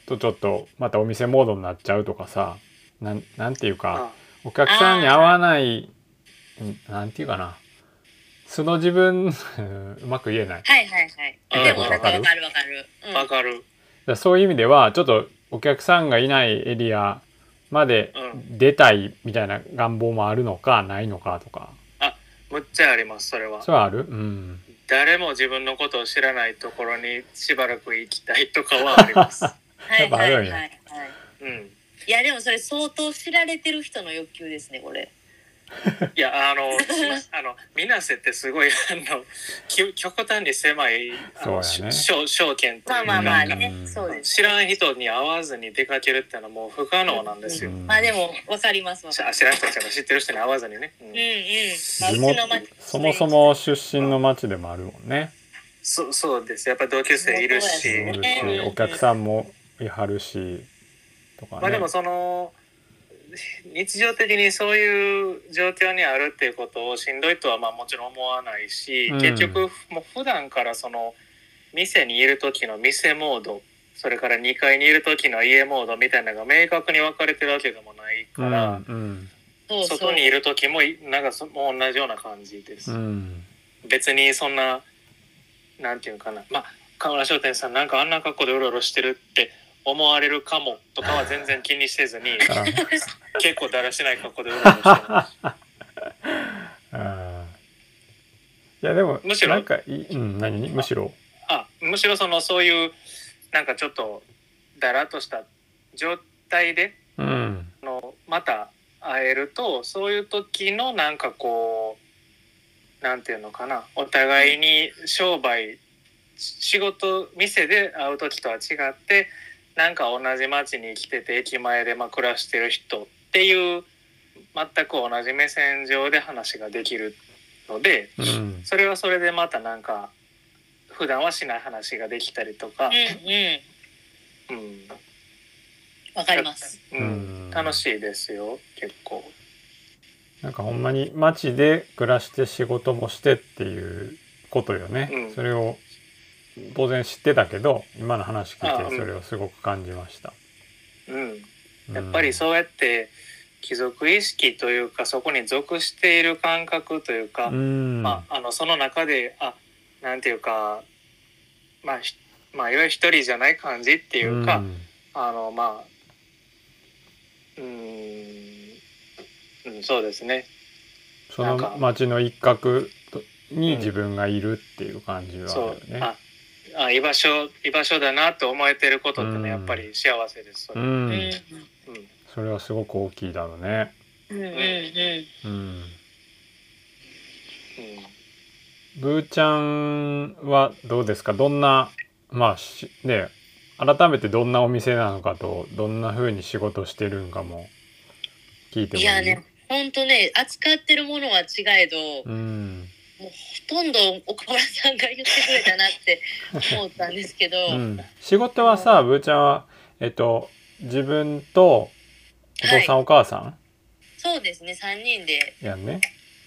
S1: とちょっとまたお店モードになっちゃうとかさなんなんていうか。
S3: あ
S1: お客さんに合わないんなんていうかな素の自分 うまく言えない
S2: はいはいは
S3: う
S2: い。
S3: ん
S2: でもなんか
S1: わ
S2: わ
S1: か
S2: かるわかる。うん
S3: わかる。
S1: だからそういう意味ではちょっとお客さんがいないエリアまで
S3: う
S1: 出たいみたいな願望もあるのかないのかとか
S3: むっちゃあります、それは
S1: そ。れはあるうん
S3: 誰も自分のことを知らないところにしばらく行きたいとかはあります。
S2: は
S1: やっ
S2: い
S1: ぱあ
S2: はい
S1: る
S2: は
S1: ん
S2: い
S1: や
S2: はい。
S3: うん。
S2: いやでもそれ相当知られてる人の欲求ですねこれ。
S3: いやあのあの水瀬ってすごい あのき極端に狭いあの
S1: そうやね
S3: し証証券と
S2: まあ
S3: いう
S2: まあまあね
S1: う、ん
S2: そうです。
S3: 知らん人に会わずに出かけるってのはもう不可能なんですよ、
S1: うん
S2: まあでもわかりますわ
S3: し
S2: か
S3: あ
S2: る。
S3: 知らん人っていうか知ってる人に会わずにね、うん
S2: うんうん。まあ
S1: 地元
S2: 町
S1: そもそ。も出身の町でもあるもんね
S3: そそうですやっぱ同級生いるし、
S2: そう
S1: お
S2: や
S1: る
S2: ね
S1: しお客さんもいはるしとかね
S3: まあでもその日常的にそういう状況にあるっていうことをしんどいとはまあもちろん思わないし、
S1: うん
S3: 結局もう普段からその店にいる時の店モードそれから2階にいる時の家モードみたいなのが明確に分かれてるわけでもない
S1: うん
S3: から、
S1: うん
S2: そうそう
S3: 外にいる時もいなんかそもう同じような感じです。
S1: うん
S3: 別にそんななんていうのかなまあ河村商店さんなんかあんな格好でうろうろしてるって思われるかもとかは全然気にせず に。
S1: だから
S3: 結構だらしない格好でうろうろしてる
S1: あーいやでも
S3: むしろ
S1: なんかいいうん何むしろ
S3: あむしろそのそういうなんかちょっとだらっとした状態で
S1: うん
S3: あのまた会えるとそういう時のなんかこうなんていうのかなお互いに商売仕事店で会う時とは違ってなんか同じ町に来てて駅前でまあ暮らしてる人っていう全く同じ目線上で話ができるので
S1: うん
S3: それはそれでまたなんか普段はしない話ができたりとか、
S2: うんうん
S3: うん
S2: わかります
S3: う
S1: うん
S3: ん、楽しいですよ結構。
S1: なんかほんまに街で暮らして仕事もしてっていうことよね、
S3: うん
S1: それを当然知ってたけど今の話聞
S3: あ
S1: い
S3: うん
S1: てそれをすごく感じました、
S3: うん
S1: うん
S3: やっぱりそうやって貴族意識というかそこに属している感覚というか、
S1: うん、
S3: まあ、あのその中であなんていうか、まあ、ひまあいわゆる一人じゃない感じっていうか、
S1: ん
S3: あのまあうーん、うん、そうですね
S1: そ
S3: な
S1: の
S3: んか
S1: 街の一角とに自分がいるっていう感じはある
S3: そ
S1: よ
S3: う
S1: ね。
S3: ああ居場所居場所だなと思えてることって
S1: うん
S3: ねやっぱり幸せです、それ
S1: う、
S2: うんん
S3: うん
S1: それはすごく大きいだろうね。
S2: うんうんうん
S1: うん、
S3: うん
S1: ブーちゃんはどうですかどんなまあしね改めてどんなお店なのかとどんな風に仕事してるんかも聞いてもいい
S2: いやねほんとね扱ってるものは違えど、
S1: うん
S2: もうほとんど岡村さんが言ってくれたなって思ったんですけど、
S1: うん、仕事はさブーちゃんはえっと自分とお父さん、
S2: は
S1: お母さん
S2: そうですね3人で
S1: やんね。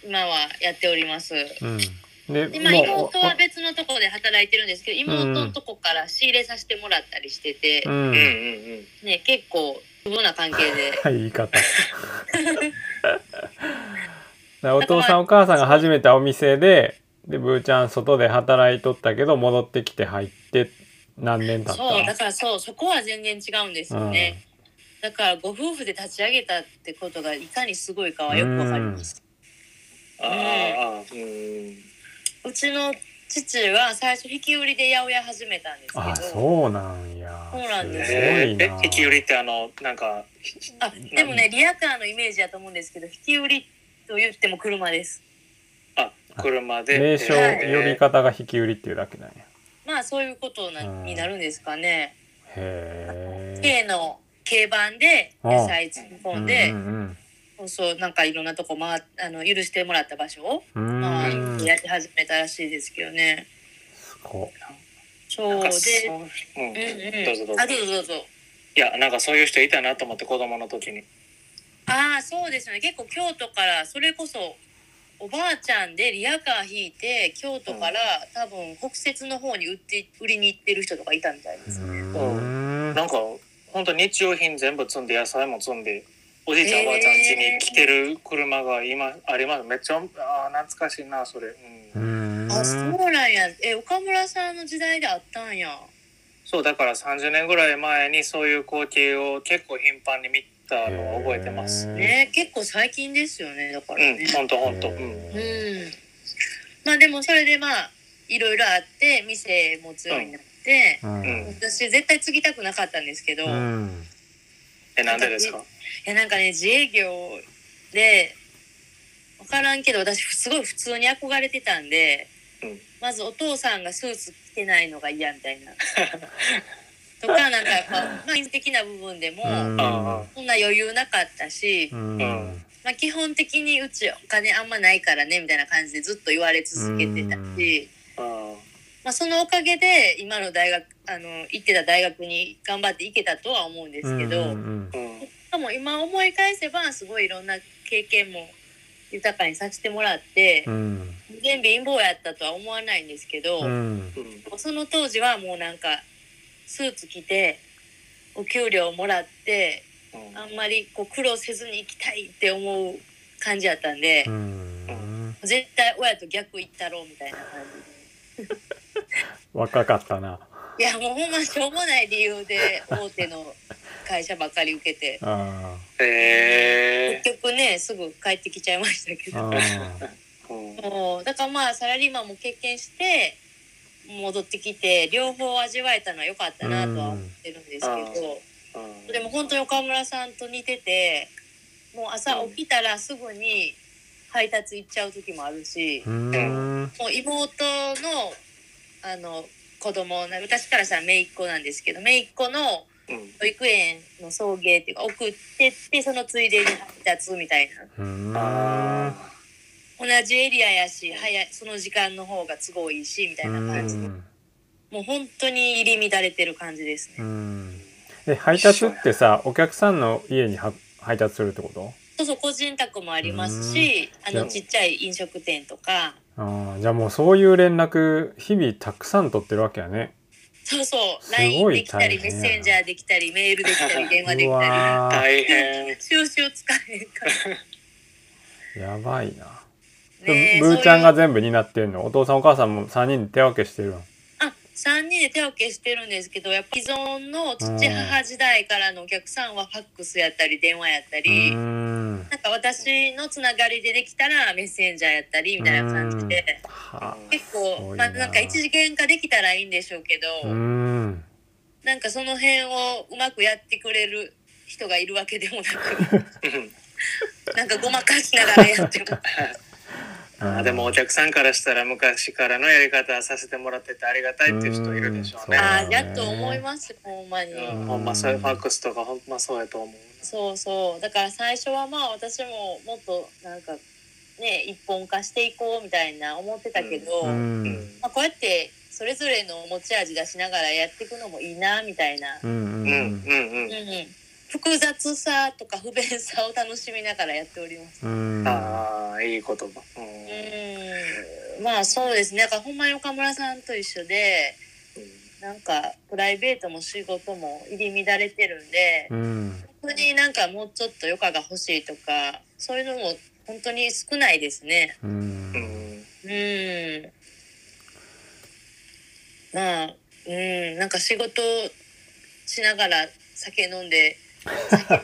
S2: 今はやっております。
S1: うん、で
S2: でまあ、
S1: もう
S2: 妹は別のところで働いてるんですけど妹のとこから仕入れさせてもらったりしてて
S1: う、
S3: うんんうん
S2: ね、結構不毛な関係で
S1: はい、言い方。 だからお父さんお母さんが始めたお店で、で、ブーちゃん外で働いとったけど、戻ってきて入って何年経った
S2: そうだからそうそこは全然違うんですよね、だからご夫婦で立ち上げたってことがいかにすごいかはよくわかります、
S3: ああああうん
S2: うちの父は最初引き売りで八百屋始めたんですけど
S1: あ、そうなんや。
S2: そうなんですす
S1: ごい
S3: え
S1: な。
S3: え、駅売りってあの、なんか、
S2: あでもねリアカーのイメージだと思うんですけど引き売りと言っても車です
S3: あ、車で。
S1: 名称呼び方が引き売りっていうだけなんや。
S2: まあそういうことな
S1: うん
S2: になるんですかね
S1: へえ。
S2: K の軽バンで
S1: うん
S2: 野菜積み込んで、
S1: うん
S2: そうそうなんかいろんなとこ回っあの許してもらった場所を、
S1: うんうん。う
S2: まあ
S1: ーん。
S2: やり始めたらしいですけどね
S1: すご
S2: そう
S3: なん
S2: で
S3: かそううん、
S2: うんうん
S3: どうぞどうぞ
S2: あどうぞどうぞ
S3: いや、なんかそういう人いたなと思って、子供の時に。
S2: ああそうですよね結構京都からそれこそおばあちゃんでリアカー引いて京都から多分北節の方に売って売りに行ってる人とかいたみたいで
S1: う
S2: す、
S1: ーん。
S3: なんか、本当日用品全部積んで、野菜も積んで。おじいちゃん、おばあちゃん家に来てる車が今あります。めっちゃ、ああ、懐かしいな、それ。うん
S1: う
S2: あそう
S1: ーん。
S2: なんやえ岡村さんの時代であったんや
S3: そう、だから30年ぐらい前に、そういう光景を結構頻繁に見たのを覚えてます。
S1: へ
S3: う
S1: ー
S3: ん、
S2: ね結構最近ですよねだからね
S3: 本当本当。うん。
S1: へ
S2: うんまあでもそれでまあいろいろあって店持つようになって、
S1: ー
S3: うん
S2: 私絶対継ぎたくなかったんですけど、
S1: う
S2: い
S1: ん。うん。
S3: え、なんでですか。
S2: やなんかね自営業で分からんけど私すごい普通に憧れてたんで、
S3: うん
S2: まずお父さんがスーツ着てないのが嫌みた いなとかなんかやっぱまあ技術的な部分でも、
S1: うん
S3: あ
S2: そんな余裕なかったし、
S1: うん
S2: まあ、基本的にうちお金あんまないからねみたいな感じでずっと言われ続けてたし。
S1: うん
S3: ああ。
S2: まあ、そのおかげで今の大学あの行ってた大学に頑張って行けたとは思うんですけど、
S1: うんうん
S3: うん。
S2: でも今思い返せばすごいいろんな経験も豊かにさせてもらって
S1: う、ん
S2: 全部貧乏やったとは思わないんですけど、
S1: うん
S3: うん。
S2: その当時はもうなんかスーツ着てお給料もらって
S3: うん
S2: あんまりこう苦労せずに行きたいって思う感じやったんで、
S1: うん
S2: 絶対親と逆行ったろうみたいな感じで。
S1: 若かったな。
S2: いやもうほんましょうもない理由で大手の会社ばっかり受けて
S1: あ
S3: え
S2: 結局ねすぐ帰ってきちゃいましたけ
S1: ーあ
S2: ど
S1: ー。
S3: ーうん
S2: もうだからまあサラリーマンも経験して戻ってきて両方味わえたのは良かったなとは思ってるんですけど、
S3: うん
S2: でも本当に岡村さんと似ててもう朝起きたらすぐに配達行っちゃう時もあるし、
S1: うーん。
S2: もう妹のあの子供な私からしたら姪っ子なんですけど姪っ子の
S3: うん
S2: 保育園の送迎っていうか送ってってそのついでに配達みたいな
S1: うーん
S3: あー
S2: 同じエリアやし早いその時間の方が都合いいしみたいな感じでもう本当に入り乱れてる感じですね。
S1: うん。え、配達ってさ、お客さんの家には配達するってこと
S2: そうそう個人宅もありますしあ
S1: う
S2: の
S1: ん
S2: ちっちゃい飲食店とか
S1: ああ、じゃあもうそういう連絡、日々たくさん取ってるわけやね。
S2: そうそう
S1: すご
S2: LINE
S1: い
S2: できたり
S1: 大変や
S2: メ
S1: な
S2: ッセンジャーできたりメールできたり電話でき
S1: う
S2: た
S1: わ
S3: 大変
S2: り収集つかへんから
S1: ーやばいな。
S2: ねえ
S1: ブーちゃんが
S2: そういう
S1: 全部担ってるのお父さんお母さんも3人で手分けしてるの
S2: あ3人で手分けしてるんですけどやっぱ既存の父母時代からのお客さんはファックスやったり電話やった
S1: う
S2: り、
S1: ーん
S2: なんか私のつながりでできたらメッセンジャーやったりみたいな感じで
S1: はあ
S2: 結
S1: すご
S2: 構
S1: い
S2: ま
S1: な
S2: あなんか一次元化できたらいいんでしょうけ
S1: う
S2: ど、
S1: ーん
S2: なんかその辺をうまくやってくれる人がいるわけでも な
S3: うん
S2: くなんかごまかしながらやっても
S3: あーでもお客さんからしたら昔からのやり方させてもらっててありがたいっていう人いるでしょうね。
S2: ああやっと思いますほんまに。
S3: うんほんまそういうファックスとかほんまそうやと思う。
S2: そうそうだから最初はまあ私ももっとなんかね一本化していこうみたいな思ってたけど、
S1: う
S3: うんん
S2: まあ、こうやってそれぞれの持ち味出しながらやっていくのもいいなみたいな、
S1: うんうん
S3: うんうん
S2: うんうん、複雑さとか不便さを楽しみながらやっております。
S1: うんう
S3: うんん。ああいい言葉。う
S2: うんんまあそうですねだからほんまに岡村さんと一緒でなんかプライベートも仕事も入り乱れてるんで、
S1: うん
S2: 本当になんかもうちょっと余暇が欲しいとかそういうのも本当に少ないですね
S1: う
S3: うんん
S2: うんまあうんなんか仕事しながら酒飲んで 酒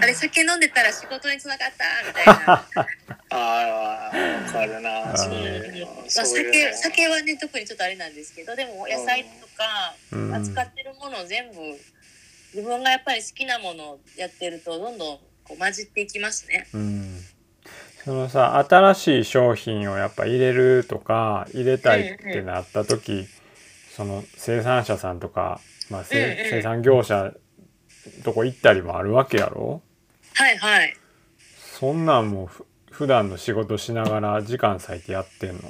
S2: あれ酒飲んでたら仕事につながったみたいな、
S3: ああわかるな。そう
S2: うん
S3: いう
S2: まあ、
S3: のそう
S2: 酒
S3: いうの
S2: 酒はね特にちょっとあれなんですけどでも野菜とか
S1: うん
S2: 扱ってるものを全部自分がやっぱり好きなものをやってるとどんどんこう混じっていきますね。
S1: うんそのさ新しい商品をやっぱ入れるとか入れたいってなった時その生産者さんとか、まあ、せ
S2: うんうん
S1: 生産業者とこ行ったりもあるわけやろ
S2: はいはい。
S1: そんなんもうふ普段の仕事しながら時間割いてやってんの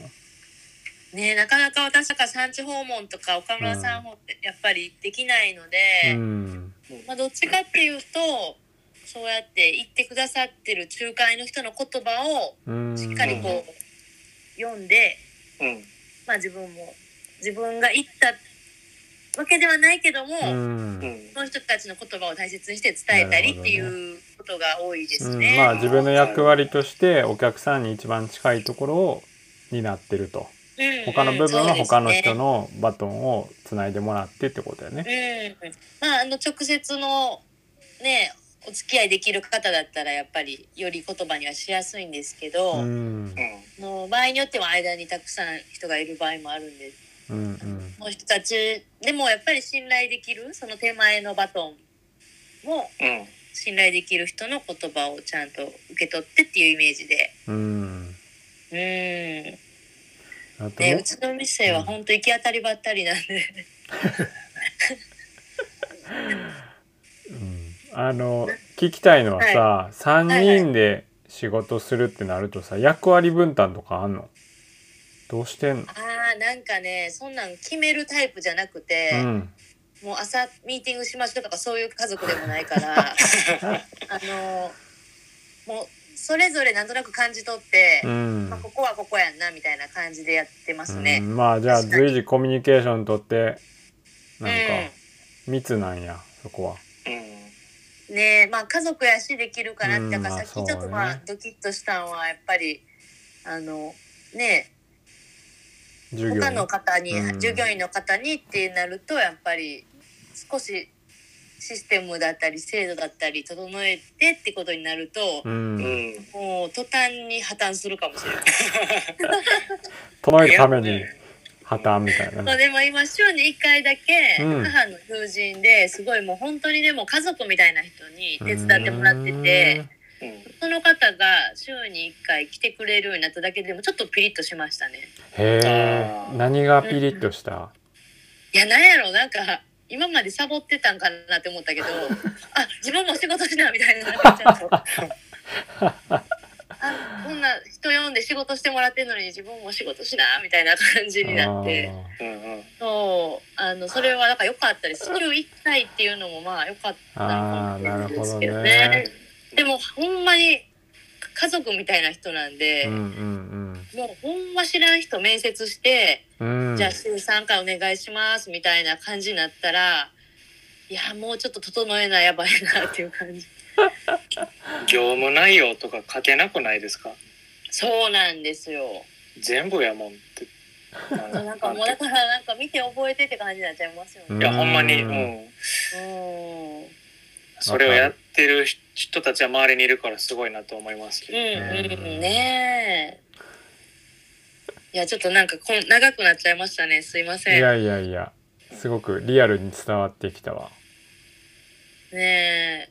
S2: ねえなかなか私とか産地訪問とか岡村さんもやっぱりできないので、
S1: うん
S2: まあ、どっちかっていうとそうやって言ってくださってる仲介の人の言葉を
S1: うん
S2: しっかりこう読んで、
S3: うん
S2: まあ、自分も自分が言ったわけではないけども、
S1: うんうん
S3: うん
S2: その人たちの言葉を大切にして伝えたりっていうことが多いですね。
S1: まあ自分の役割としてお客さんに一番近いところを担ってると他の部分は他の人
S2: の。
S1: のバトンをつないでもらってってことだよ
S2: うん
S1: ね。
S2: まああの直接のねお付き合いできる方だったらやっぱりより言葉にはしやすいんですけど、
S1: う
S2: あ
S1: ん
S2: の場合によっては間にたくさん人がいる場合もあるんです。
S1: うんうん
S2: その人たちでもやっぱり信頼できるその手前のバトンも
S3: うん
S2: 信頼できる人の言葉をちゃんと受け取ってっていうイメージで。
S1: うん。
S2: うん
S1: あと
S2: ね、うちの店は本当行き当たりばったりなんで、
S1: うんあの聞きたいのはさ、三人で仕事するってなるとさ、役割分担とかあんの？どうしてんの？
S2: ああなんかねそんなん決めるタイプじゃなく
S1: う
S2: て、
S1: ん
S2: もう朝ミーティングしましょうとかそういう家族でもないから あのもうそれぞれなんとなく感じ取って、
S1: うん
S2: まあ、ここはここやんなみたいな感じでやってますね。
S1: うんまあじゃあ
S2: 確かに
S1: 随時コミュニケーション取って
S2: う
S1: なんか密なんやそこは。
S2: ねえまあ家族やしできるからって、
S1: うん
S2: だから
S1: まあ
S2: さっきちょ
S1: そう
S2: っと
S1: ね
S2: まあドキッとしたのはやっぱりあのね
S1: 授業
S2: 他の方に、
S1: うん
S2: 従業員の方にってなるとやっぱり少しシステムだったり制度だったり整えてってことになると
S1: う、。
S3: うんん。
S2: もう途端に破綻するかもしれない。
S1: 整えるために破綻みたい
S2: ま
S1: な
S2: あ。でも今週に1回だけ
S1: うん
S2: 母の友人ですごいもう本当にでも家族みたいな人に手伝ってもらってて
S3: うん。
S2: その方が週に1回来てくれるようになっただけでもちょっとピリッとしましたね
S1: うん。へえ。何がピリッとした
S2: いやなんやろなんか今までサボってたんかなって思った けどあ自分も仕事しなみたいになってちゃうとあこんな人呼んで仕事してもらってんのに自分も仕事しなみたいな感じになって。
S3: うん。
S2: そう、あの、それはだから良かったです。週一回っていうのもまあ良かったのかもしれないですけど
S1: あー
S2: ね。
S1: なる
S2: でもほんまに家族みたいな人なん
S1: あ
S2: で、
S1: ーうんうん
S2: もうほんま知らん人面接して、
S1: うん。うん。
S2: じゃあ週3回お願いしますみたいな感じになったら、いや、もうちょっと整えなやばいなっていう感じ。
S3: 業務内容とか書けなくないですか
S2: そうなんですよ。
S3: 全部やもんって。
S2: なんかもうだからなんか見て覚えてって感じになっちゃいますよ
S1: う
S2: ね。
S3: いや、ほんまに、
S1: う
S3: うん。
S2: うん。
S3: それをやってる人たちは周りにいるからすごいなと思いますけ
S2: うん
S3: ど。
S2: うんうんねえいやちょっとなんかこん長くなっちゃいましたねすいま
S1: い
S2: せんね
S1: やいやいや。すごくリアルに伝わってきたわ。
S2: え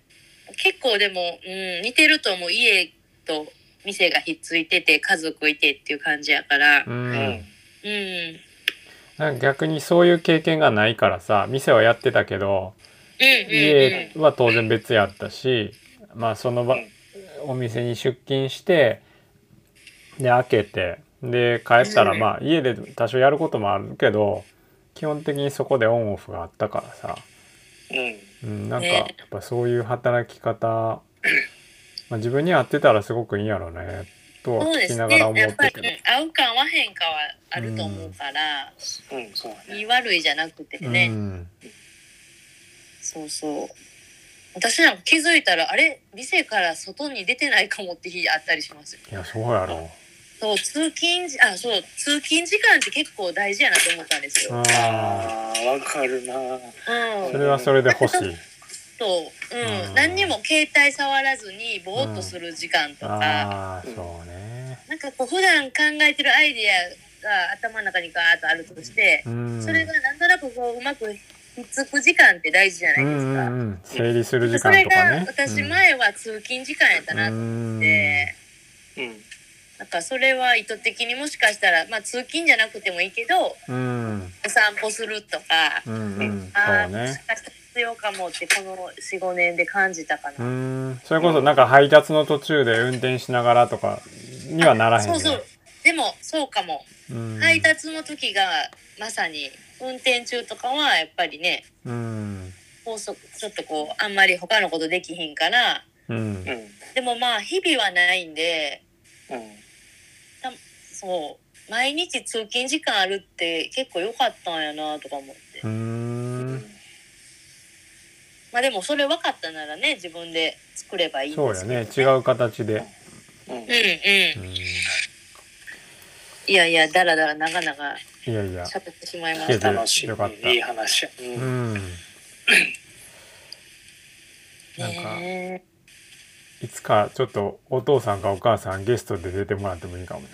S2: 結構でも、うん、似てると思う家と店がひっついてて家族いてっていう感じやから
S1: う
S3: うんん。。
S2: うん
S1: なんか逆にそういう経験がないからさ店はやってたけど家
S2: う
S1: は当然別やったし、まあ、その場
S3: うん
S1: お店に出勤してで開けてで帰ったら
S2: うん
S1: まあ家で多少やることもあるけど基本的にそこでオンオフがあったからさ、
S3: うん。
S1: うん、なんか
S2: ね
S1: やっぱそういう働き方、まあ、自分に合ってたらすごくいいんやろうねと
S2: んうん
S1: は
S2: そう
S1: 聞
S2: で
S1: き
S2: す
S1: なが
S2: ね
S1: ら思
S2: や
S1: っ
S2: っぱ
S1: た
S2: り、
S1: け
S2: うん
S1: ど。、
S2: 合うか合わへんかはあると思うから、
S3: うん、そうだ
S2: い
S3: ね。
S2: い悪いじゃなくてね、
S1: うん
S2: そうそう。私なんか気づいたら、あれ店から外に出てないかもって日あったりします。
S1: いやそうやろ
S2: そう、通勤時、あ、そう、通勤時間って結構大事やなと思ったんですよ。
S1: う
S2: うん
S3: ああ、わかるな。
S1: そ
S2: ん。
S1: れはそれで欲しい。
S2: そう、うん、
S1: うん
S2: 何にも携帯触らずに、ぼーっとする時間とか、
S1: ああそうね
S2: なんかこう、普段考えてるアイデアが頭の中にガーッとあるとして
S1: う、ん
S2: それがなんとなくこう、うまくひっつく時間って大事じゃな
S1: う
S2: い
S1: ん
S2: ですか。
S1: うんうん整理する時
S2: そ
S1: 間
S2: れ
S1: とか
S2: が
S1: ね
S2: 私前は通勤時間やったなと思って、
S3: うん。
S2: なんかそれは意図的にもしかしたら、まあ、通勤じゃなくてもいいけど
S1: うんうん
S2: お散歩するとか、
S1: うんうん
S2: あ
S1: そ
S2: あ
S1: う
S2: もし
S1: ね
S2: かしたら必要かもってこの45年で感じたか
S1: う
S2: な、
S1: んそれこそなんか配達の途中で運転しながらとかにはならへん
S2: そ
S1: ね
S2: うそうでもそうかも、
S1: うん
S2: 配達の時がまさに運転中とかはやっぱりね
S1: うん
S2: 高速ちょっとこうあんまり他のことできひんから
S1: うん
S3: うん。
S2: でもまあ日々はないんで
S3: うん。
S2: そう毎日通勤時間あるって結構良かったんやなとか思って。
S1: うん
S2: まあでもそれ分かったならね自分で作ればいいん
S1: そうよ
S2: です
S1: ね違
S2: よね。
S1: う形で
S3: うん
S2: う。ん
S1: うん
S2: うん。
S1: い
S2: いやいやだらだら長々
S1: やいや
S2: 喋ってしまいま
S1: け
S2: し
S1: ど
S2: た。
S3: 楽し
S1: よかった
S3: い。いい話。う。
S1: うんんなんか
S2: ね
S1: いつかちょっとお父さんかお母さんゲストで出てもらってもいいかもね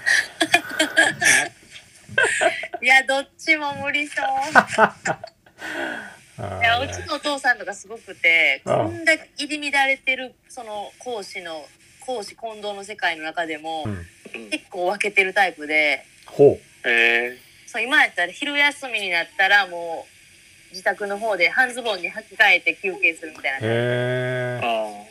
S2: えいやどっちも無理そう。
S1: あー
S2: いやうちのお父さんとかすごくて
S1: ああ
S2: こんだけ入り乱れてるその講師の講師混同の世界の中でも
S1: うん
S3: うん
S2: 結構分けてるタイプで、
S1: ほ
S3: え
S2: そう今やったら昼休みになったらもう自宅の方で半ズボンに履き替えて休憩するみた
S1: う
S2: いな
S1: へ
S3: え。
S1: え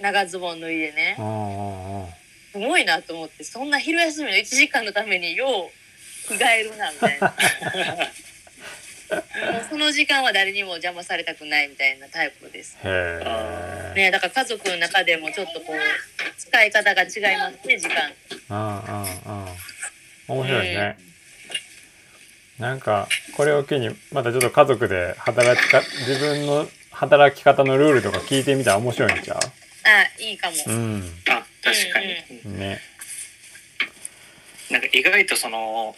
S3: あ
S2: 長ズボン脱いでね
S1: う。んうんうん
S2: すごいなと思ってそんな昼休みの1時間のためによう着替えるなみた いなもうその時間は誰にも邪魔されたくないみたいなタイプです
S1: へえ。
S2: ねだから家族の中でもちょっとこう使い方が違いますね時間
S1: うんうんうん。面白いね。なんかこれを機にまたちょっと家族で働きか自分の働き方のルールとか聞いてみたら面白いんちゃ
S2: あいいかも、
S1: う？うん。
S3: あ。あ、確かに。
S2: うん
S3: うん
S1: ね。
S3: なんか意外とその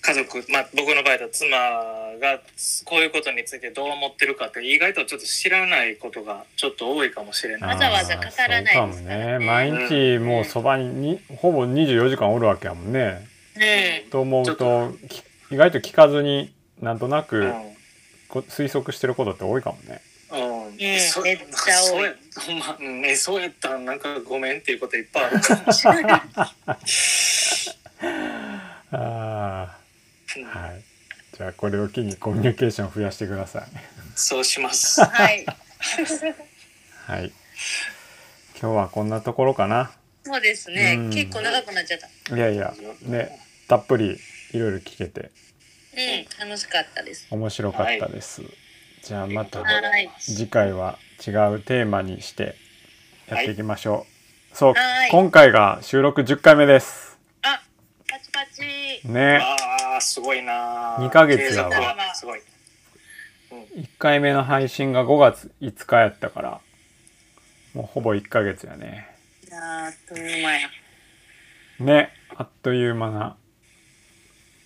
S3: 家族、まあ、僕の場合だと妻がこういうことについてどう思ってるかって意外とちょっと知らないことがちょっと多いかもしれない。
S2: わざわざ語らないですからね
S1: あーそうかもね毎日もうそばににほぼ24時間おるわけやもんね。
S2: ね
S1: と思う
S3: ち
S1: と
S3: ょ
S1: き意外と聞かずになんとな
S3: う
S1: く
S3: ん
S1: こ推測してることって多いかもね。
S3: うん
S2: え
S3: そ
S2: めっちゃ多い
S3: なんかそうや、ほんまうんえそうやったらなんかごめんっていうこといっぱいあるかもし
S1: ああ
S3: れない。
S1: はい。じゃあこれを機にコミュニケーションを増やしてください。
S3: そうします。
S2: はい。
S1: はい。今日はこんなところかな。
S2: そうですね
S1: うん。
S2: 結構長くなっちゃった。
S1: いやいや、ね、たっぷりいろいろ聞けて
S2: うん、楽しかったです。
S1: 面白かったです。じゃあまた
S3: ありがとうございます
S1: 次回は違うテーマにしてやっていきましょう。そう
S2: は、い
S1: 今回が収録10回目です。
S2: あ、パチパチ。
S1: ね、
S3: ああ、すごいなー。
S1: 二ヶ月だわ
S3: 継続はすごい。
S1: 1回目の配信が5月5日やったから、もうほぼ1ヶ月やね。
S2: あっという間や。
S1: ね、あっという間な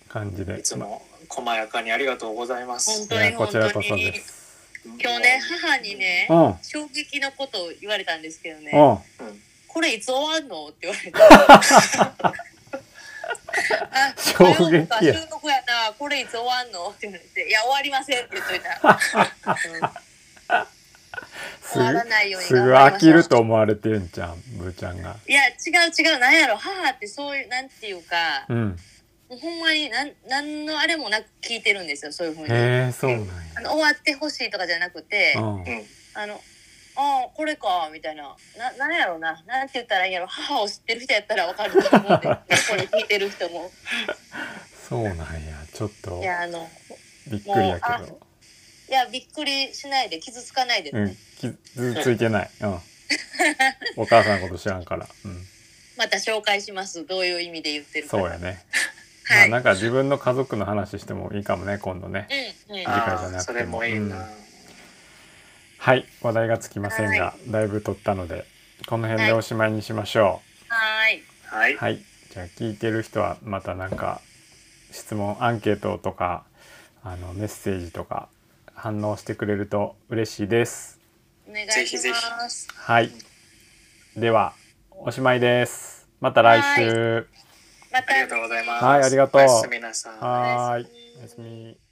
S1: 感じ
S3: い
S1: で。
S3: つも細やかにありがとうございま
S2: 本
S3: す。
S1: い
S2: 当に
S1: や、こ
S2: 本
S1: ち
S2: 当に
S1: らこそです。
S2: 今日ね、母にね
S1: う、ん、うん、
S2: 衝撃のことを言われたんですけどね、
S1: うん。
S3: うん。
S2: これいつ終わんのって言われた。 あ
S1: 衝撃や
S2: 火曜日か収録やな、これいつ終わんのって言われて、いや、終わりませんって言っといた。
S1: す
S2: 終わらないよ
S1: ぐ
S2: うに
S1: すぐ飽きると思われてるんじゃん、ブーちゃんが。
S2: いや、違う違う、なんやろ、母ってそういう、なんていうか、
S1: うん。
S2: もうほんまになん、なんのあれもなく聞いてるんですよ、そういうふうに。
S1: へえ、そうなんや。
S2: あの終わってほしいとかじゃなくて、
S1: うん。
S3: うん。
S2: あの、ああ、これか、みたいな。な、なんやろうな。なんて言ったらいいんやろ。母を知ってる人やったらわかると思うんで、ね、これ聞いてる人 も。
S1: そうなんや。ちょっと
S2: いや、あの、
S1: びっくりやけど。
S2: いや、びっくりしないで、傷つかないでね。
S1: うん。傷ついてない。 うん。お母さんのこと知らんから。うん。
S2: また紹介します。どういう意味で言ってるか。
S1: そうやね。ま
S2: は
S1: あ
S2: い。
S1: なんか自分の家族の話してもいいかもね、今度ね。
S2: うん、うん。
S1: あ
S2: は
S1: 回じゃ
S3: あ
S1: な
S3: あ、
S1: くても
S3: それもいいな
S1: う
S3: ー。
S1: はい。話題がつきませんが、だいぶ取ったので、この辺でおしまいにしましょ
S2: ーい。
S3: は
S1: う。
S3: い。
S1: はい。じゃあ聞いてる人はまたなんか質問、アンケートとか、あのメッセージとか反応してくれると嬉しいです。
S2: お願いします。
S3: ぜひぜひ
S1: はい。では、おしまいです。また来週。
S2: また
S3: ありがとうございます。
S1: はいありがとう
S3: おやすみなさい。
S1: はーい
S2: おやすみ。
S1: おやすみ。